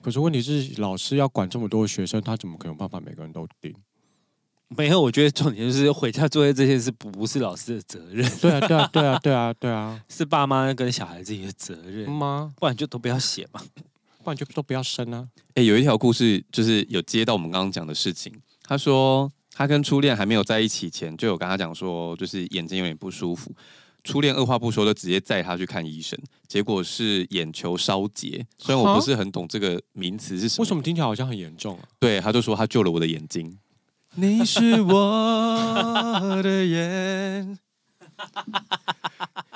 S3: 可是问题是，老师要管这么多学生，他怎么可能有办法每个人都 盯？
S1: 没有，我觉得重点就是回家作业这件事不是老师的责任，
S3: 对啊，对啊，对啊，对啊，对啊，
S1: 是爸妈跟小孩自己的责
S2: 嗯
S1: 任，
S3: 妈，
S1: 不然就都不要写嘛。
S3: 不然就都不要生啊。
S2: 哎、有一条故事就是有接到我们刚刚讲的事情，他说他跟初恋还没有在一起前，就有跟他讲说，就是眼睛有点不舒服。初恋二话不说就直接载他去看医生，结果是眼球烧结。虽然我
S3: 哈
S2: 不是很懂这个名词是什么，
S3: 为什么听起来好像很严重啊？
S2: 对，他就说他救了我的眼睛。你是我的眼。啊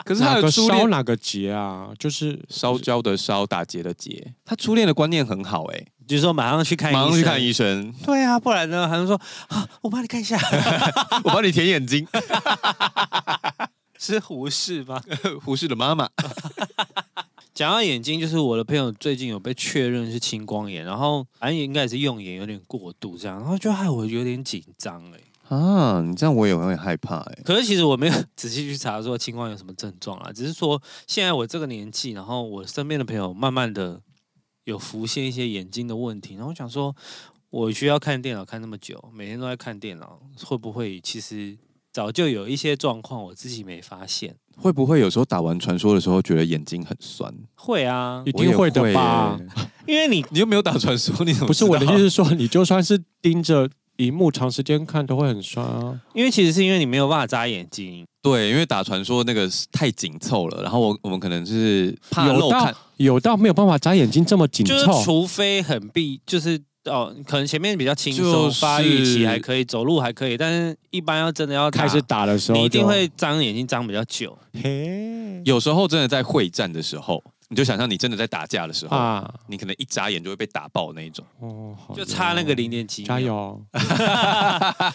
S2: 可是他
S3: 哪
S2: 的
S3: 个
S2: 初
S3: 烧
S2: 恋
S3: 哪个结啊？就是
S2: 烧焦的烧，打结的结。他初恋的观念很好哎、
S1: 就是说马上去看医生，
S2: 马上去看医 生，
S1: 对啊，不然呢？还能说啊，我帮你看一下，
S2: 我帮你舔眼睛。
S1: 是胡适吗？
S2: 胡适的妈妈，
S1: 讲到眼睛，就是我的朋友最近有被确认是青光眼，然后反正应该也是用眼有点过度这样，然后就害我有点紧张哎、
S2: 啊，你这样我也会害怕哎、
S1: 可是其实我没有仔细去查说青光眼有什么症状啊， 只是说现在我这个年纪，然后我身边的朋友慢慢的有浮现一些眼睛的问题，然后我想说，我需要看电脑看那么久，每天都在看电脑，会不会其实早就有一些状况我自己没发现？
S2: 会不会有时候打完传说的时候觉得眼睛很酸？
S1: 会啊
S3: 一，定会的吧
S2: 我？也会欸
S1: 因为你
S2: 你又没有打传说，你怎么
S3: 不是我的意
S2: 知道
S3: 思，是说你就算是盯着荧幕长时间看，都会很酸啊。
S1: 因为其实是因为你没有办法眨眼睛，
S2: 对，因为打传说那个是太紧凑了，然后我我们可能就是怕
S3: 有
S2: 漏
S3: 到
S2: 看，
S3: 有到没有办法眨眼睛这么紧
S1: 就是
S3: 凑，
S1: 除非很必就是。哦，可能前面比较轻松，
S2: 就是
S1: 发育期还可以，走路还可以，但是一般要真的要打
S3: 开始打的时候
S1: 你一定
S3: 就
S1: 会张眼睛张比较久，
S3: 嘿
S2: 有时候真的在会战的时候，你就想象你真的在打架的时候，
S3: 啊，
S2: 你可能一眨眼就会被打爆那一种。
S3: 哦，好
S1: 就差那个
S3: 哟
S1: 零，啊点几。
S2: 啊
S3: 加！油！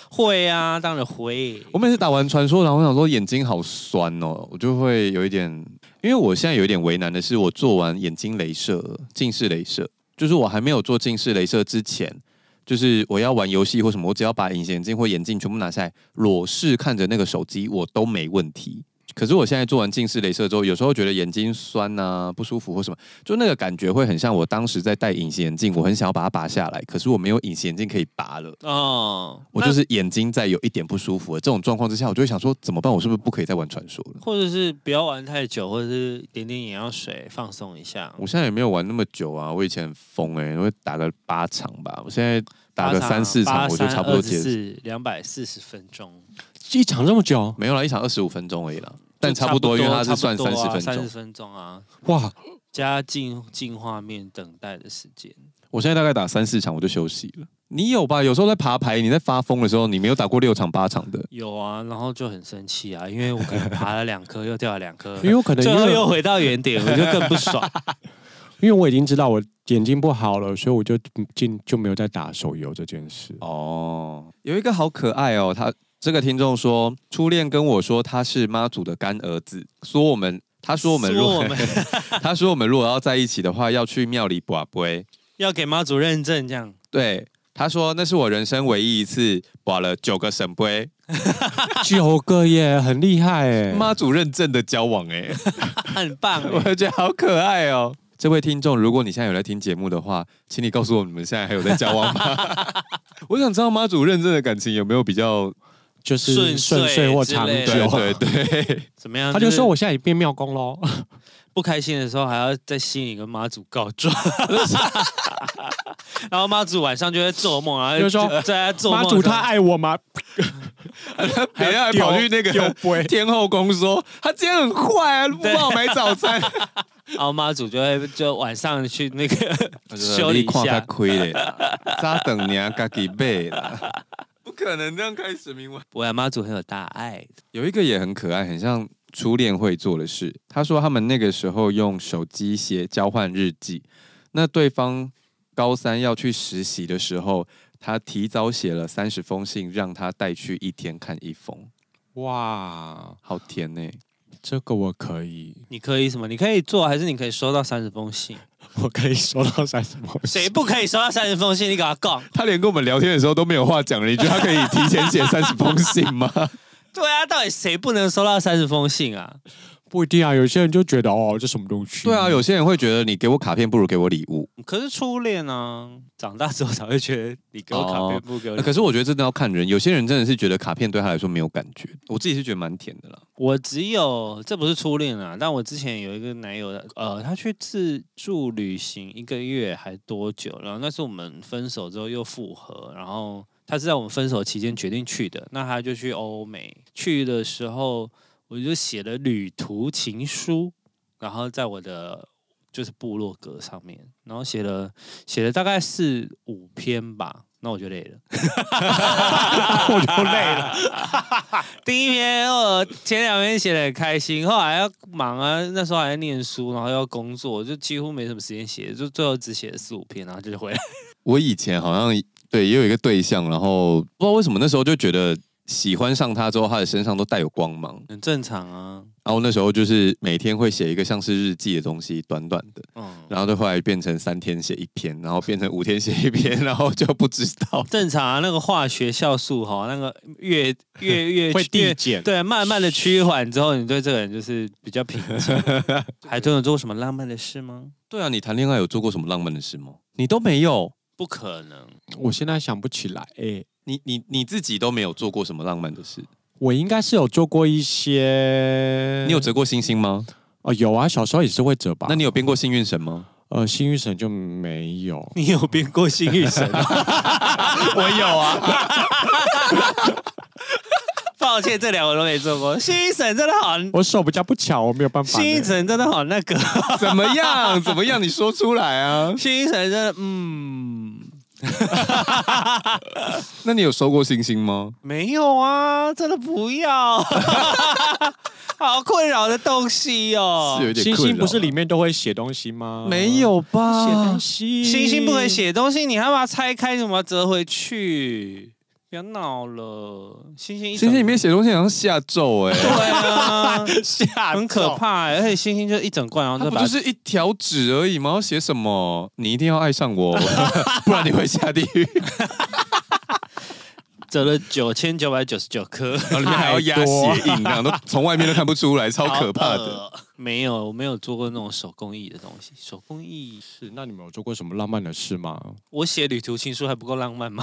S1: 会啊，当然会。
S2: 我每次打完传说，然后我想说眼睛好酸哦，我就会有一点，因为我现在有一点为难的是，我做完眼睛镭射、近视镭射，就是我还没有做近视镭射之前，就是我要玩游戏或什么，我只要把隐形眼镜或眼镜全部拿下来，裸视看着那个手机，我都没问题。可是我现在做完近视镭射之后，有时候觉得眼睛酸啊、不舒服或什么，就那个感觉会很像我当时在戴隐形眼镜，我很想要把它拔下来，可是我没有隐形眼镜可以拔了。
S1: 哦，
S2: 我就是是眼睛在有一点不舒服的这种状况之下，我就会想说怎么办？我是不是不可以再玩传说了？
S1: 或者是不要玩太久，或者是点点眼药水放松一下。
S2: 我现在也没有玩那么久啊，我以前很疯哎、我会打个八场吧，我现在打个
S1: 八
S2: 三四场
S1: 八
S2: 我就差不多结束，
S1: 是两百四十分钟，
S3: 一场这么久，
S2: 没有啦，一场二十五分钟而已啦，但
S1: 就
S2: 差不多，因为它
S1: 差
S2: 是
S1: 不多
S2: 算三十
S1: 啊
S2: 分
S1: 30
S2: 钟。
S1: 分钟啊，
S3: 哇，
S1: 加进进画面等待的时间。
S2: 我现在大概打三四场我就休息了。你有吧？有时候在爬牌，你在发疯的时候，你没有打过六场八场的。
S1: 有啊，然后就很生气啊，因为我可能爬了两颗，又掉了两颗，
S3: 因为我可能
S1: 最
S3: 因
S1: 后
S3: 为
S1: 又回到原 点，我就更不爽。
S3: 因为我已经知道我眼睛不好了，所以我就嗯进就没有再打手游这件 事。
S2: 哦，有一个好可爱哦，他这个听众说，初恋跟我说他是妈祖的干儿子，说我们，他说我们如
S1: 说
S2: 果
S1: 我们
S2: 他说我们如果要在一起的话，要去庙里卜龟。
S1: 要给妈祖认证，这样
S2: 对，他说那是我人生唯一一次卜了九个神龟，
S3: 九个耶，很厉害哎！
S2: 妈祖认证的交往 哎、
S1: 很棒欸、
S2: 我觉得好可爱哦。这位听众，如果你现在有在听节目的话，请你告诉我你们现在还有在交往 吗？我想知道妈祖认证的感情有没有比较
S3: 就是顺
S1: 顺遂
S3: 遂或
S1: 之
S3: 长
S1: 类的
S3: 久。
S2: 对对对，
S1: 怎么样？
S3: 他就说
S1: 我
S3: 我现在也变庙公喽，
S1: 不开心的时候还要再心里跟妈祖告 状，然后妈祖晚上就会做梦，然后
S3: 就是说
S1: 在他做
S3: 妈
S1: 梦的时候，
S3: 祖他爱我吗？
S2: 等一下 还
S3: 丢
S2: 哎跑去那
S3: 丢
S2: 个
S3: 杯
S2: 天后宫说他今天很坏啊，不帮我买早 餐，
S1: 然后妈祖就会就晚上去那 个 修理一
S2: 看
S1: 下
S2: 较。亏 嘞，咋等你啊，家己背啦，不可能这样开始明晚。
S1: 我啊妈祖很有大爱，
S2: 有一个也很可爱，很像初恋会做的事。他说他们那个时候用手机写交换日记，那对方高三要去实习的时候，他提早写了三十封信，让他带去一天看一封，
S3: 哇，
S2: 好甜呢、
S3: 这个我可以，
S1: 你可以什么？你可以做，还是你可以收到三十封 信？
S3: 我可以收到三十封
S1: 谁
S3: 信。
S1: 不可以收到三十封信？你给他杠。
S2: 他连跟我们聊天的时候都没有话讲了，你觉得他可以提前写三十封信吗？
S1: 对啊，到底谁不能收到三十封信啊？
S3: 不一定啊，有些人就觉得哦，这什么东西？
S2: 对啊，有些人会觉得你给我卡片不如给我礼物，
S1: 可是初恋啊，长大之后才会觉得你给我卡片不给我
S2: 呃
S1: 礼物。
S2: 可是我觉得真的要看人，有些人真的是觉得卡片对他来说没有感觉，我自己是觉得蛮甜的啦。
S1: 我只有这不是初恋啊，但我之前有一个男友，呃，他去自助旅行一个月还多久，然后那是我们分手之后又复合，然后他是在我们分手期间决定去的，那他就去欧美，去的时候我就写了旅途情书，然后在我的就是部落格上面，然后写了写了大概四五篇吧，那我就累了，我就累了。第一篇我前两篇写的很开心，后来要忙啊，那时候还在念书，然后又要工作，就几乎没什么时间写，就最后只写了四五篇，然啊后就回来。
S2: 我以前好像对也有一个对象，然后不知道为什么那时候就觉得喜欢上他之后，他的身上都带有光芒。
S1: 很正常啊，
S2: 然后那时候就是每天会写一个像是日记的东西，短短的，
S1: 嗯，
S2: 然后就后来变成三天写一篇，然后变成五天写一篇， 然后就不知道。
S1: 正常啊。那个化学酵素哈，那个越越越
S3: 会递
S1: 越
S3: 减。
S1: 对，慢慢的趋缓之后，你对这个人就是比较平静。海豚有做过什么浪漫的事吗？
S2: 对啊，你谈恋爱有做过什么浪漫的事吗？你都没有，
S1: 不可能，
S3: 我现在想不起来，哎，
S2: 你你你自己都没有做过什么浪漫的事。
S3: 我应该是有做过一些，
S2: 你有折过星星吗？
S3: 哦，有啊，小时候也是会折吧。
S2: 那你有编过幸运神吗？
S3: 呃，幸运神就没有，
S1: 你有变过幸运神吗？
S2: 我有啊，
S1: 抱歉，这两个我都没做过。幸运神真的好，
S3: 我手比较不巧，我没有办法呢。
S1: 幸运神真的好那个。
S2: 怎么样？怎么样？你说出来啊？
S1: 新神真的，嗯，
S2: 那你有收过星星吗？
S1: 没有啊，真的不要， 好困扰的东西哦
S2: 是。有一点
S3: 星
S2: 困
S3: 星
S2: 扰啊
S3: 不是里面都会写东西吗？
S2: 吧
S3: 写东西，
S1: 星星不能。写东西，你还把它拆开，怎么折回去？不要闹了，星星一整
S2: 星星里面写东西好像下咒 哎、
S1: 对 啊，
S3: 下
S1: 很可怕欸、而且星星就一整罐，然后
S2: 它
S1: 就
S2: 不
S1: 把它
S2: 就是一条纸而已吗？要写什么？你一定要爱上 我，不然你会下地 狱。
S1: 折了九千九百九十九颗，
S2: 然后里面还要压鞋印，这样都从外面都看不出来，超可怕
S1: 好
S2: 的。
S1: 恶。没有，我没有做过那种手工艺的东西。手工艺，
S3: 是，那你们有做过什么浪漫的事吗？
S1: 我写旅途情书还不够浪漫 吗？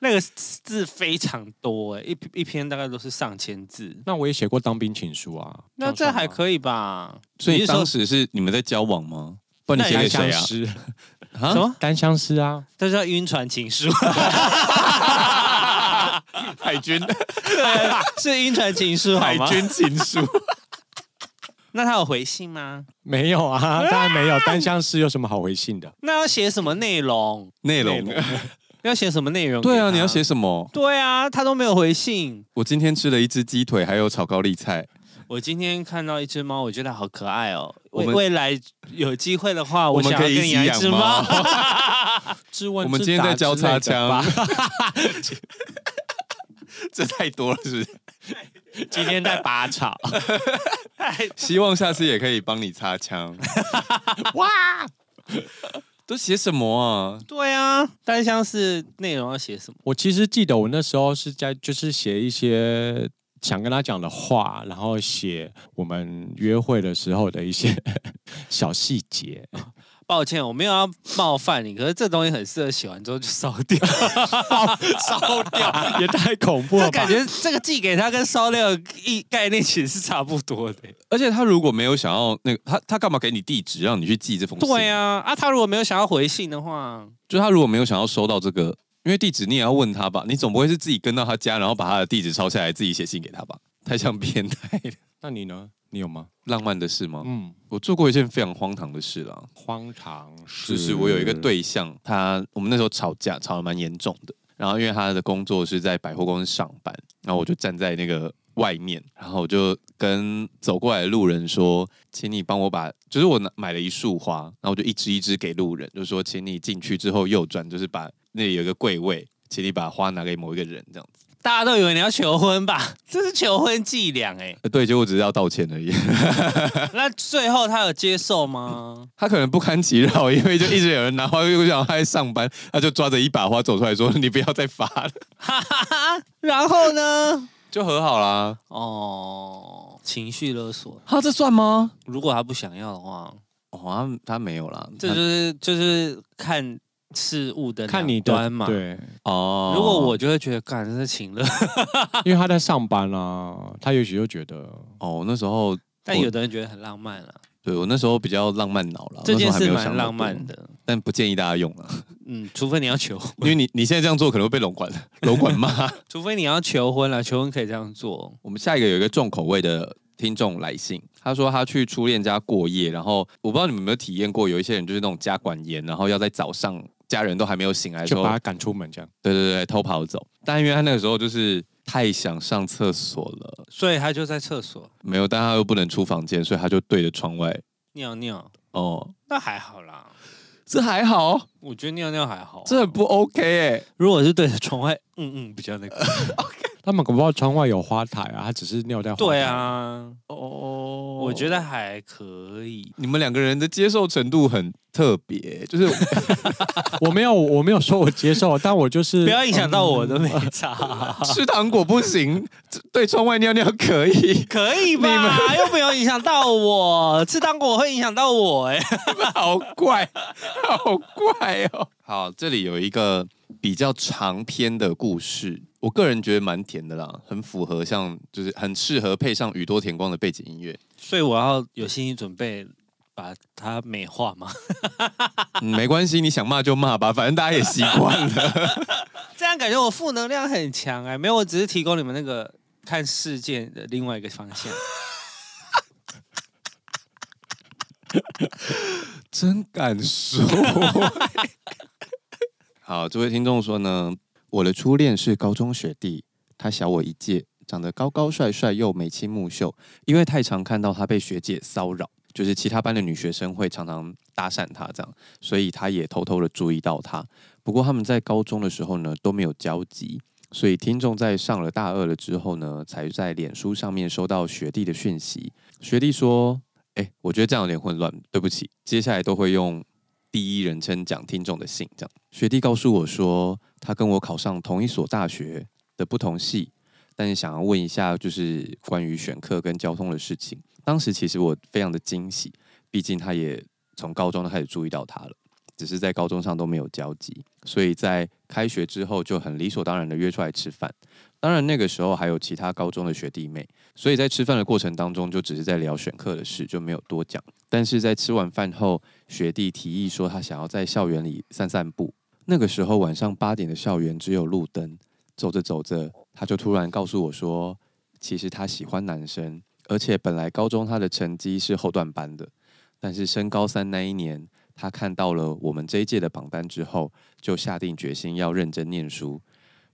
S1: 那个字非常多哎、一一篇大概都是上千字，
S3: 那我也写过当兵情书啊，
S1: 那这还
S3: 以。
S1: 可以吧？
S2: 所
S1: 你
S2: 以
S1: 是说
S2: 当时是你们在交往吗？不然你
S1: 那你
S2: 写给
S3: 单
S2: 谁
S3: 相
S2: 啊？
S3: 思，
S2: 啊
S1: 什么？
S3: 单相思啊，
S1: 这叫晕船情 书，
S2: 海军
S1: 对，是晕船情书好
S2: 啊海
S1: 吗？
S2: 军情书。
S1: 那他有回信吗？
S3: 没有 啊，当然没有。单相思有什么好回信的？
S1: 那要写什么内容？
S2: 内容
S3: 内。
S1: 要写什么内容？
S2: 对啊，你要写。什么？
S1: 对啊，他都没有回信。
S2: 我今天吃了一只鸡腿，还有炒高丽菜。
S1: 我今天看到一只猫，我觉得好可爱哦。
S2: 我
S1: 未
S2: 们
S1: 未来有机会的话，我
S2: 们
S1: 想要
S2: 可以
S1: 跟
S2: 一
S1: 你
S2: 起
S1: 养一
S2: 养
S1: 只
S2: 猫
S1: 猫。
S3: 质问
S2: 我们
S3: 自
S2: 今天在
S3: 答
S2: 交
S3: 之类
S2: 叉
S3: 的吧
S2: 枪， 这太多了，是不是？
S3: 今 天在拔草。
S2: 希望下次也可以帮你擦枪。
S3: 哇，
S2: 都写什么啊？
S1: 对啊，单相是内容要写什么？
S3: 我其实记得我那时候是在就是写一些想跟他讲的话，然后写我们约会的时候的一些 小细节。
S1: 抱歉，我没有要冒犯你，可是这东西很适合写完之后就烧掉， 烧掉。
S3: 也太恐怖
S1: 这
S3: 了
S1: 感
S3: 吧！
S1: 觉这个寄给他跟烧掉的意概念其实是差不多的。
S2: 而且他如果没有想要那个，他他干嘛给你地址让你去寄这封信？
S1: 对啊，啊，他如果没有想要回信的话，
S2: 就他如果没有想要收到这个，因为地址你也要问他吧，你总不会是自己跟到他家，然后把他的地址抄下来自己写信给他吧？太像变态了。
S3: 那你呢？你有吗？
S2: 浪漫的事吗？
S3: 嗯，
S2: 我做过一件非常荒唐的事啦，
S3: 荒唐事。
S2: 就是我有一个对象，他我们那时候吵架吵得蛮严重的，然后因为他的工作是在百货公司上班，然后我就站在那个外面，然后我就跟走过来的路人说：“请你帮我把，就是我拿买了一束花，然后我就一支一支给路人，就说请你进去之后右转，就是把那里有一个柜位，请你把花拿给某一个人这样子。
S1: 大家都以为你要求婚吧？这是求婚伎俩哎、
S2: 呃”对，结果只是要道歉而已。
S1: 那最后他有接受吗？
S2: 他可能不堪其扰，因为就一直有人拿花，又想他在上班，他就抓着一把花走出来说：“你不要再发了。
S1: 哈哈哈。然后呢？”
S2: 就和好啦。
S1: 哦，情绪勒索。
S2: 他这算吗？
S1: 如果他不想要的话，
S2: 哦，他他没有啦，
S1: 这
S2: 他
S1: 就是就是看事物的
S3: 看你
S1: 两
S3: 的
S1: 端嘛。。
S3: 对，
S2: 哦。
S1: 如果我就会觉得，干，这是情勒。
S3: 因为他在上班啊，他也许就觉得
S2: 哦，那时候
S1: 但有的人觉得很浪漫了，
S2: 对我那时候比较浪漫脑了，
S1: 这件
S2: 那时候还没
S1: 事
S2: 有想那
S1: 蛮
S2: 么多
S1: 浪漫，的。
S2: 但不建议大家用了，
S1: 嗯，除非你要求
S2: 因
S1: 婚，
S2: 为你你现在这样做可能会被龙管龙管骂。
S1: 除非你要求婚了，求婚可以这样做。
S2: 我们下一个有一个重口味的听众来信，他说他去初恋家过夜，然后我不知道你们有没有体验过，有一些人就是那种家管严，然后要在早上家人都还没有醒来的时
S3: 就
S2: 候，
S3: 把他赶出门这样。
S2: 对对对，偷跑走。但因为他那个时候就是太想上厕所了，
S1: 所以他就在厕所
S2: 没有，但他又不能出房间，所以他就对着窗外。
S1: 尿尿，
S2: 哦，
S1: 那还好啦。
S2: 这还好，
S1: 我觉得尿尿还好啊，
S2: 这很不 OK 哎、
S1: 如果是对着窗外，嗯嗯，比较那个。
S3: 他们搞不好窗外有花台啊，他只是尿在花 台。
S1: 对， 啊，
S2: 哦，
S1: 我觉得还可以。
S2: 你们两个人的接受程度很特别、就是
S3: 我没有，我没有说我接受，但我就是
S1: 不要影响到我都没 差，
S2: 吃糖果不行，对窗外尿尿可 以，
S1: 可以吧？又没有影响到我，吃糖果会影响到我 哎、
S2: 好怪，好怪哦。好，这里有一个比较长篇的故事，我个人觉得蛮甜的啦，很符合像就是很适合配上宇多田光的背景音乐。
S1: 所以我要有心理准备，把它美化 嘛，
S2: 嗯没关系，你想骂就骂吧，反正大家也习惯了。
S1: 这样感觉我负能量很强哎、没有，我只是提供你们那个看事件的另外一个方 向。
S2: 真敢说。 好，这位听众说呢，我的初恋是高中学弟，他小我一届，长得高高帅帅又眉清目秀。因为太常看到他被学姐骚扰，就是其他班的女学生会常常搭讪他这样，所以他也偷偷的注意到他。不过他们在高中的时候呢都没有交集，所以听众在上了大二了之后呢，才在脸书上面收到学弟的讯息。学弟说：“哎、我觉得这样有点混乱，对不起，接下来都会用第一人称讲听众的信。”这样，学弟告诉我说，他跟我考上同一所大学的不同系，但是想要问一下，就是关于选课跟交通的事情。当时其实我非常的惊喜，毕竟他也从高中就开始注意到他了。只是在高中上都没有交集，所以在开学之后就很理所当然的约出来吃饭。当然那个时候还有其他高中的学弟妹，所以在吃饭的过程当中就只是在聊选课的事，就没有多讲。但是在吃完饭后，学弟提议说他想要在校园里散散步。那个时候晚上八点的校园只有路灯，走着走着，他就突然告诉我说，其实他喜欢男生，而且本来高中他的成绩是后段班的，但是升高三那一年，他看到了我们这一届的榜单之后，就下定决心要认真念书。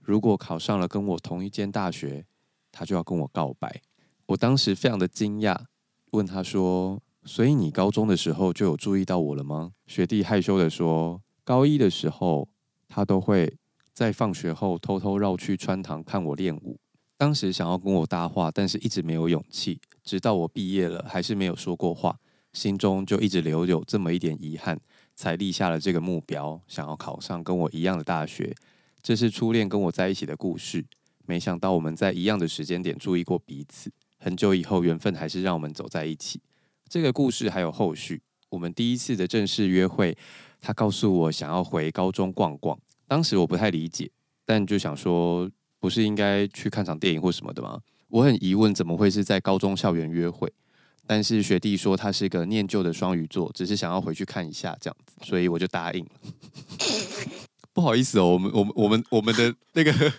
S2: 如果考上了跟我同一间大学，他就要跟我告白。我当时非常的惊讶，问他说：“所以你高中的时候就有注意到我了吗？”学弟害羞的说：“高一的时候，他都会在放学后偷偷绕去穿堂看我练舞。当时想要跟我搭话，但是一直没有勇气，直到我毕业了，还是没有说过话，心中就一直留有这么一点遗憾，才立下了这个目标，想要考上跟我一样的大学。这是初恋跟我在一起的故事。没想到我们在一样的时间点注意过彼此，很久以后缘分还是让我们走在一起。这个故事还有后续。我们第一次的正式约会，他告诉我想要回高中逛逛，当时我不太理解，但就想说不是应该去看场电影或什么的吗？我很疑问怎么会是在高中校园约会，但是学弟说他是个念旧的双鱼座，只是想要回去看一下这样子，所以我就答应了。 不好意思哦，我们我们我们我们的那个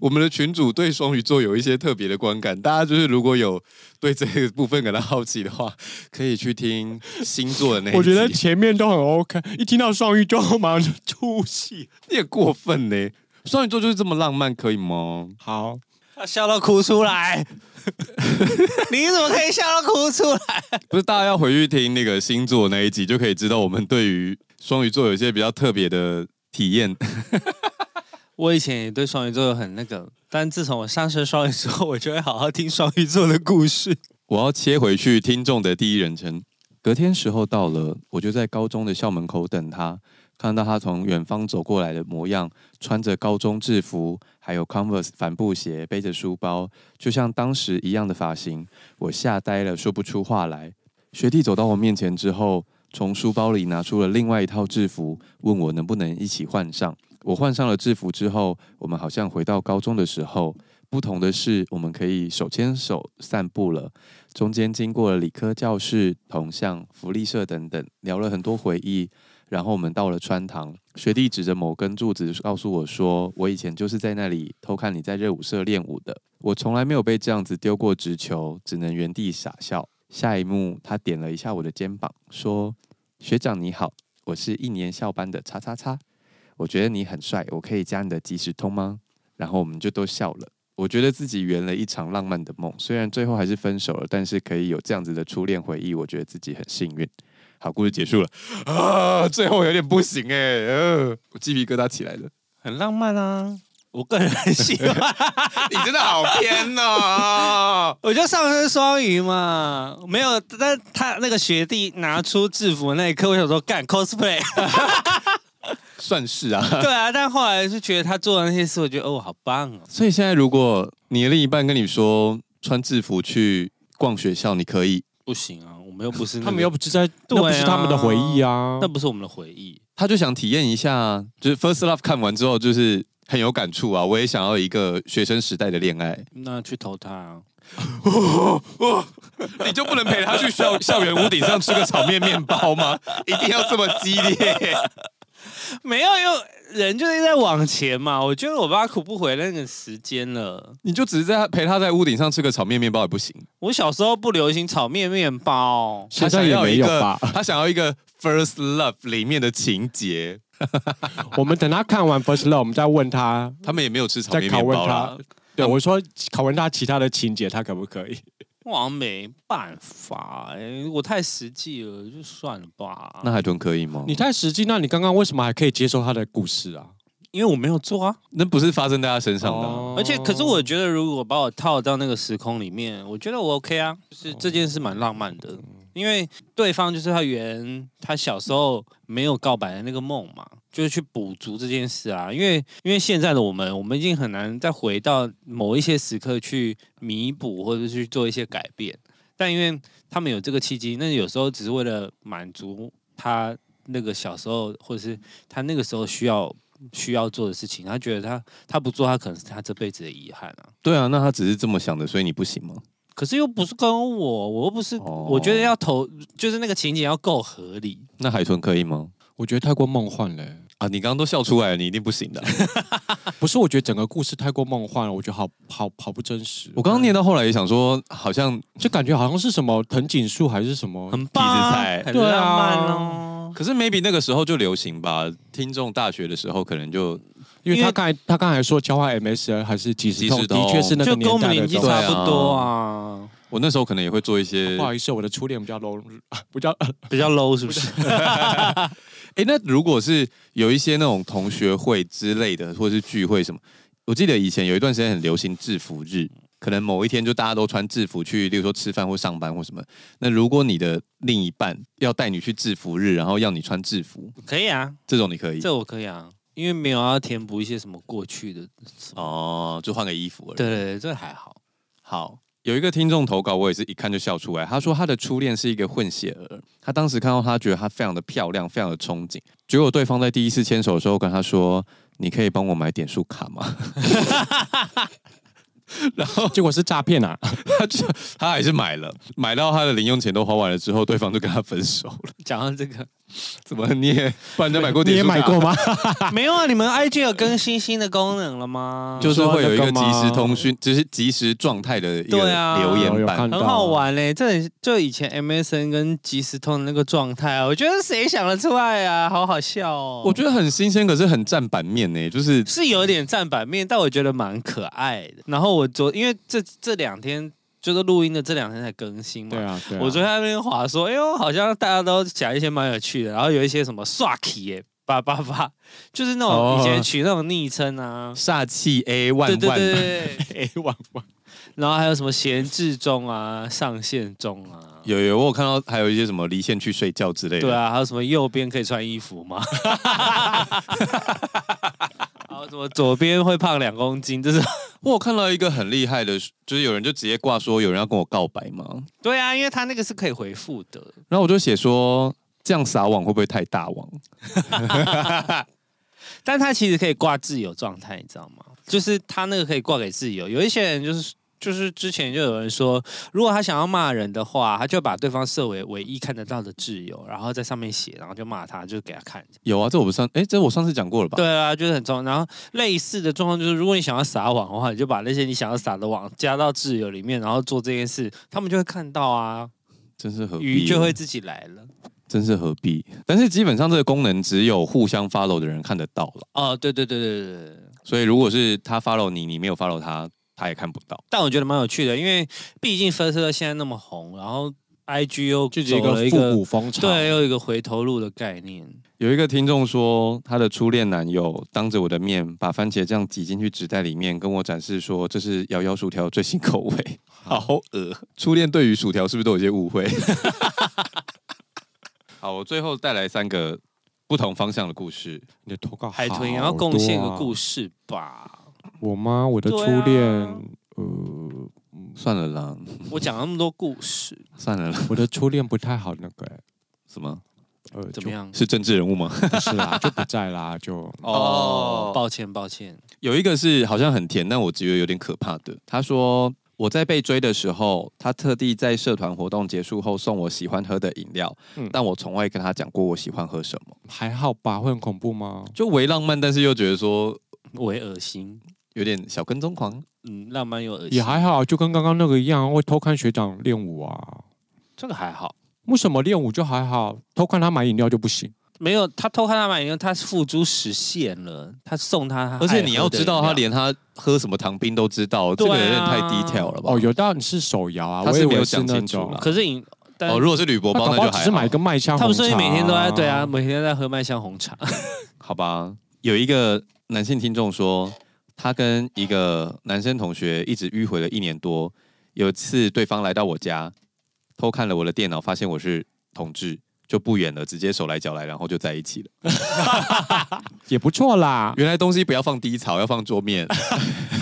S2: 我们的群主对双鱼座有一些特别的观感，大家就是如果有对这个部分感到好奇的话，可以去听星座的那一集。
S3: 我觉得前面都很 OK，一听到双鱼就马上就出戏。
S2: 你也过分呢、双鱼座就是这么浪漫，可以吗？
S3: 好，
S1: 他笑到哭出 来，你怎么可以笑到哭出来？
S2: 不是，大家要回去听那个星座那一集，就可以知道我们对于双鱼座有一些比较特别的体验。
S1: 我以前也对双鱼座有很那个，但自从我上升双鱼座，我就会好好听双鱼座的故事。
S2: 我要切回去听众的第一人称。隔天时候到了，我就在高中的校门口等他，看到他从远方走过来的模样，穿着高中制服，还有 Converse 帆布鞋，背着书包，就像当时一样的发型，我吓呆了，说不出话来。学弟走到我面前之后，从书包里拿出了另外一套制服，问我能不能一起换上。我换上了制服之后，我们好像回到高中的时候。不同的是，我们可以手牵手散步了。中间经过了理科教室、铜像、福利社等等，聊了很多回忆。然后我们到了穿堂，学弟指着某根柱子告诉我说：“我以前就是在那里偷看你在热舞社练舞的。”我从来没有被这样子丢过直球，只能原地傻笑。下一幕，他点了一下我的肩膀，说：“学长你好，我是一年校班的叉叉叉，我觉得你很帅，我可以加你的即时通吗？”然后我们就都笑了。我觉得自己圆了一场浪漫的梦，虽然最后还是分手了，但是可以有这样子的初恋回忆，我觉得自己很幸运。好，故事结束了啊，最后有点不行哎、呃，我鸡皮疙瘩起来了。
S1: 很浪漫啊！我个人很喜欢，
S2: 你真的好偏哦！
S1: 我就上升双鱼嘛，没有，但他那个学弟拿出制服的那一刻，我想说干 cosplay，
S2: 算是啊。
S1: 对啊，但后来就觉得他做的那些事，我觉得哦，好棒哦，
S2: 所以现在，如果你的另一半跟你说穿制服去逛学校，你可以，
S1: 不行啊，我们又不是、那
S3: 他
S1: 个
S3: 们又不是在，那不是他们的回忆啊
S1: 那。不是我们的回忆，
S2: 他就想体验一下，就是 first love 看完之后，就是很有感触啊。我也想要一个学生时代的恋爱，
S1: 那去投他、啊。
S2: 你就不能陪他去校校园屋顶上吃个炒面面包吗？一定要这么激烈？
S1: 没有，因为人就是在往前嘛。我觉得我爸苦不回那个时间了。
S2: 你就只是在他陪他在屋顶上吃个炒面面包也不行。
S1: 我小时候不流行炒面面包，
S3: 现在也没有吧？
S2: 他想要一个 first love 里面的情节，
S3: 我们等他看完 First Love，我们再问他，
S2: 他们也没有吃炒
S3: 再
S2: 面
S3: 拷
S2: 面
S3: 问
S2: 包啦
S3: 他。。对，我说拷问他其他的情节，他可不可以？
S1: 我好像没办法、欸，我太实际了，就算了吧。
S2: 那海豚可以吗？
S3: 你太实际，那你刚刚为什么还可以接受他的故事啊？
S1: 因为我没有做啊，
S2: 那不是发生在他身上的啊、
S3: 哦
S1: 而且可是我觉得如果把我套到那个时空里面，我觉得我 OK 啊，就是这件事蛮浪漫的，因为对方就是他原他小时候没有告白的那个梦嘛，就是去补足这件事啊，因为因为现在的我们，我们已经很难再回到某一些时刻去弥补或者去做一些改变，但因为他们有这个契机，那有时候只是为了满足他那个小时候或者是他那个时候需要。需要做的事情，他觉得他他不做，他可能是他这辈子的遗憾啊。
S2: 对啊，那他只是这么想的，所以你不行吗？
S1: 可是又不是跟我，我又不是，
S2: 哦嗯
S1: 我觉得要投，就是那个情景要够合理。
S2: 那海豚可以吗？
S3: 我觉得太过梦幻了欸、
S2: 啊，你刚刚都笑出来了，你一定不行 的啊。
S3: 不是，我觉得整个故事太过梦幻了，我觉得好好好不真实。
S2: 我刚刚念到后来也想说，好像
S3: 就感觉好像是什么藤井树还是什么，
S1: 很棒啊，
S2: 痞子菜
S1: 很
S3: 对啊
S1: 浪漫哦。
S2: 可是 maybe 那个时候就流行吧，听众大学的时候可能就
S3: 因
S1: 因
S3: 为
S1: 为
S3: 他刚才他刚才说交换 MSN 还是即时
S2: 即
S3: 通，
S2: 时通
S3: 的确是那个
S1: 就跟我
S3: 年
S1: 们
S3: 代
S1: 年
S3: 的
S1: 纪
S3: 东西
S1: 差
S2: 对
S1: 不
S2: 啊
S1: 多啊，
S2: 我啊那时候可能也会做一些
S3: 不。好意思，我的初恋比较 low，比 较
S1: 比较 low 是不是？
S2: 啊哎，那如果是有一些那种同学会之类的，或是聚会什么，我记得以前有一段时间很流行制服日，可能某一天就大家都穿制服去，例如说吃饭或上班或什么。那如果你的另一半要带你去制服日，然后要你穿制服，
S1: 可以 啊，
S2: 这种你可以
S1: 这我可以啊，因为没有要填补一些什么过去的。
S2: 哦，就换个衣服而已。
S1: 对对对，这还好。
S2: 好，有一个听众投稿，我也是一看就笑出来。他说他的初恋是一个混血儿，他当时看到她，觉得她非常的漂亮，非常的憧憬。结果对方在第一次牵手的时候跟他说：“你可以帮我买点数卡吗
S3: 结果是诈骗啊！？”
S2: 他就他还是买了，买到他的零用钱都花完了之后，对方就跟他分手了。
S1: 讲到这个，
S2: 怎么你也不然你有买过
S3: 你也
S2: 点数卡？
S3: 买过？吗？
S1: 没有啊？你们 IG 有更新新的功能了吗？
S2: 就是会有一个
S3: 你说
S2: 即
S3: 那个吗
S2: 时通讯，就是即时状态的一个
S1: 对啊
S3: 有
S2: 留言
S3: 有
S2: 板
S3: 看。到
S1: 很好玩嘞、这很就以前 MSN 跟即时通的那个状态啊，我觉得谁想得出来啊？好好笑哦。
S2: 我觉得很新鲜，可是很占版面呢、就是
S1: 是有点占版面，但我觉得蛮可爱的。然后我昨因为这这两天就是录音的这两天才更新嘛，
S3: 对啊，对啊。
S1: 我昨天在那边滑说，哎呦，好像大家都讲一些蛮有趣的，然后有一些什么刷题耶，叭叭叭，就是那种
S2: 哦
S1: 以前取那种昵称啊，
S2: 煞气 A 万
S1: 对
S2: 万
S1: 对对对，对
S3: A 玩玩，
S1: 然后还有什么闲置中啊、上线中啊，
S2: 有有，我有看到还有一些什么离线去睡觉之类的。
S1: 对，啊，还有什么右边可以穿衣服吗？ 然后什么左边会胖两公斤，这是
S2: 我有看到一个很厉害的，就是有人就直接挂说有人要跟我告白嘛，
S1: 对啊，因为他那个是可以回复的。
S2: 然后我就写说这样撒网会不会太大网？
S1: 但他其实可以挂自由状态，你知道吗？就是他那个可以挂给自由。有一些人就是就是之前就有人说，如果他想要骂人的话，他就把对方设为唯一看得到的挚友，然后在上面写，然后就骂他，就给他看。
S2: 有啊，这我不上，哎、这我上次讲过了吧？
S1: 对啊，就是很重要。然后类似的状况就是，如果你想要撒网的话，你就把那些你想要撒的网加到挚友里面，然后做这件事，他们就会看到啊，
S2: 真是何必？
S1: 鱼就会自己来了。
S2: 真是何必？但是基本上这个功能只有互相 follow 的人看得到了，
S1: 哦，对对对对对对对。
S2: 所以如果是他 follow 你，你没有 follow 他，他也看不到。
S1: 但我觉得蛮有趣的，因为毕竟 f i r 现在那么红，然后 IG 又
S3: 就是
S1: 走
S3: 一
S1: 了
S3: 个
S1: 一
S3: 复
S1: 个
S3: 古风潮。
S1: 对，又有一个回头路的概念。
S2: 有一个听众说，他的初恋男友当着我的面把番茄酱挤进去纸袋里面，跟我展示说这是摇摇薯条最新口味，好恶。初恋对于薯条是不是都有些误 会？好，我最后带来三个不同方向的故事。
S3: 你的投稿
S1: 海豚也
S3: 好
S1: 要贡献个故
S3: 多
S1: 事吧。
S3: 啊。我吗？我的初
S1: 对
S3: 恋
S1: 啊，
S3: 呃，
S2: 算了啦，
S1: 我讲那么多故事，
S2: 算了啦，
S3: 我的初恋不太好，那个欸
S2: 什么？
S3: 呃，
S1: 怎
S3: 就
S1: 么样？
S2: 是政治人物吗？
S3: 不是啦，就不在啦，就
S1: 哦，抱歉抱歉，
S2: 有一个是好像很甜，但我觉得有点可怕的。他说我在被追的时候，他特地在社团活动结束后送我喜欢喝的饮料，
S3: 嗯
S2: 但我从未跟他讲过我喜欢喝什么，
S3: 还好吧，会很恐怖吗？
S2: 就为浪漫，但是又觉得说
S1: 我也恶心，
S2: 有点小跟踪狂。
S3: 啊
S1: 嗯，浪漫又恶心，
S3: 也还，好，就跟刚刚那个一样，会偷看学长练舞啊。
S1: 这个还好。
S3: 为什么练舞就还好，偷看他买饮料就不行？
S1: 没有，他偷看他买饮料，他付诸实现了，他送他他爱喝
S2: 而
S1: 的饮料，
S2: 且你要知道，他连他喝什么糖冰都知道，这
S1: 对啊
S2: 个有点太 detail 了吧？
S3: 哦，有道你是手摇啊，
S2: 他
S3: 我
S2: 是
S3: 以
S2: 没有
S3: 为是
S2: 讲
S3: 那
S2: 清楚
S3: 种
S2: 啦。
S1: 可是饮，但
S2: 哦，如果是吕伯
S3: 那
S2: 邦，
S3: 搞
S2: 那
S3: 不好
S2: 就
S3: 只
S2: 还好
S3: 是买一个麦香
S1: 他
S3: 红茶啊。
S1: 们说你每天都在对啊，每天在喝麦香红茶，
S2: 好吧，有一个男性听众说，他跟一个男生同学一直迂回了一年多。有一次，对方来到我家，偷看了我的电脑，发现我是同志，就不远了，直接手来脚来，然后就在一起了。
S3: 也不错啦。
S2: 原来东西不要放低槽，要放桌面。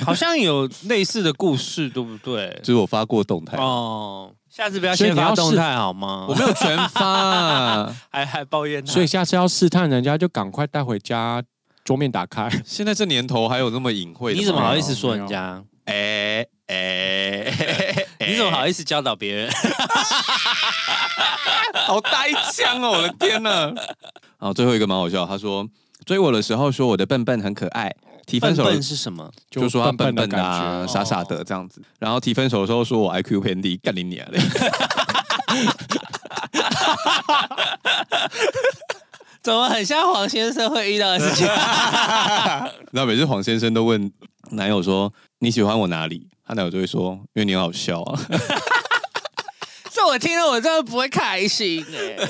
S1: 好像有类似的故事，对不 对
S2: 这？是我发过 动态，
S1: 哦，下次不要
S3: 所以
S1: 先
S3: 你
S1: 发
S3: 要
S1: 动
S3: 试
S1: 态好吗
S2: 我？没有全发、
S1: 还还抱怨他，
S3: 所以下次要试探人家，就赶快带回家，桌面打 开。
S2: 现在这年头还有那么隐晦的吗？
S1: 你怎么好意思说人家？
S2: 哎？哎哎，
S1: 你怎么好意思教导别人？
S2: 好呆枪哦！我的天呐！然后最后一个蛮好笑，他说追我的时候说我的笨笨很可爱，提分
S1: 笨
S2: 手的
S1: 笨是什么？
S2: 就说他
S3: 笨
S2: 笨笨
S3: 的
S2: 的、
S3: 感
S2: 啊、
S3: 觉，哦
S2: 傻傻的这样子。然后提分手的时候说我 IQ 偏低，干你娘嘞！
S1: 怎么很像黄先生会遇到的事情？
S2: 然后每次黄先生都问男友说你喜欢我哪里，他男友就会说因为你很好笑啊。
S1: 这我听了我真的不会开心哎、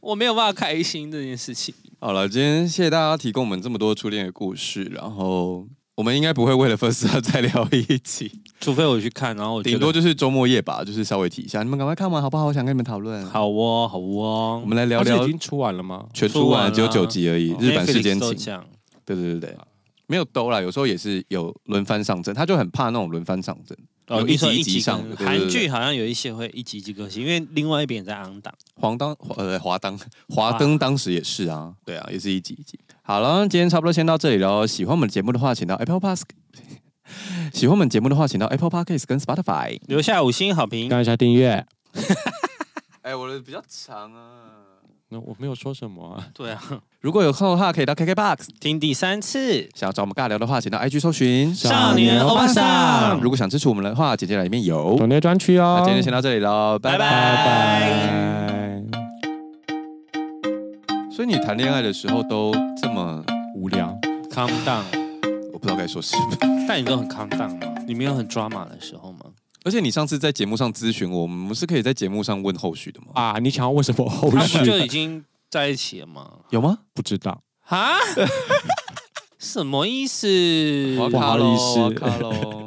S1: 我没有办法开心这件事情。
S2: 好了，今天谢谢大家提供我们这么多初恋的故事，然后。我们应该不会为了 first Love 再聊一起，
S1: 除非我去看，然后我觉得
S2: 顶多就是周末夜吧，就是稍微提一下。你们赶快看完好不好？我想跟你们讨论。，
S1: 好哦，好哦，
S2: 我们来聊
S3: 而且
S2: 聊
S3: 已经出完了吗？
S2: 全出完只有九集而已，
S3: 出完
S2: 日
S3: 了
S2: 版世间
S1: 啊 Netflix 都
S2: 情
S1: 这。样
S2: 对对对对，没有兜啦，有时候也是有轮番上阵，他就很怕那种轮番上阵。
S1: 哦，
S2: 有
S1: 你
S2: 一
S1: 说
S2: 集一
S1: 一
S2: 集上
S1: 更
S2: 的对对
S1: 韩
S2: 对
S1: 剧好像有一些会一集一集更新，因为另外一边也在昂档。
S2: 黄当呃华当华灯当时也是啊，对啊，也是一集一集。好了，今天差不多先到这里喽。喜欢我们节目的话，请到 Apple Pass。喜欢我们节目的话，请到 Apple Podcast 跟 Spotify。
S1: 留下五星好评。
S3: 按一下订阅。
S2: 哎、我的比较长啊。
S3: 那我没有说什么、啊，
S1: 对啊，
S2: 如果有空的话，可以到 KKBox。
S1: 听第三次，
S2: 想要找我们尬聊的话，请到 IG 搜寻
S1: 少年欧巴桑
S2: 如果想支持我们的话，简介栏里面有。
S3: 懂内专区哦。
S2: 那今天就先到这里喽，
S1: 拜
S2: 拜拜
S3: 拜拜。
S2: 所以你谈恋爱的时候都这么，
S3: 无聊，
S1: calm down。
S2: 我不知道该说什么。
S1: 但你都很 calm down 吗？你没有很 drama 的时候吗？
S2: 而且你上次在节目上咨询我，我们是可以在节目上问后续的吗？
S3: 啊！你想要问什么后
S1: 他
S3: 续
S1: 们？就已经在一起了吗？
S2: 有吗？
S3: 不知道。
S1: 啊？什么意思？
S3: 不好意思
S2: 卡喽。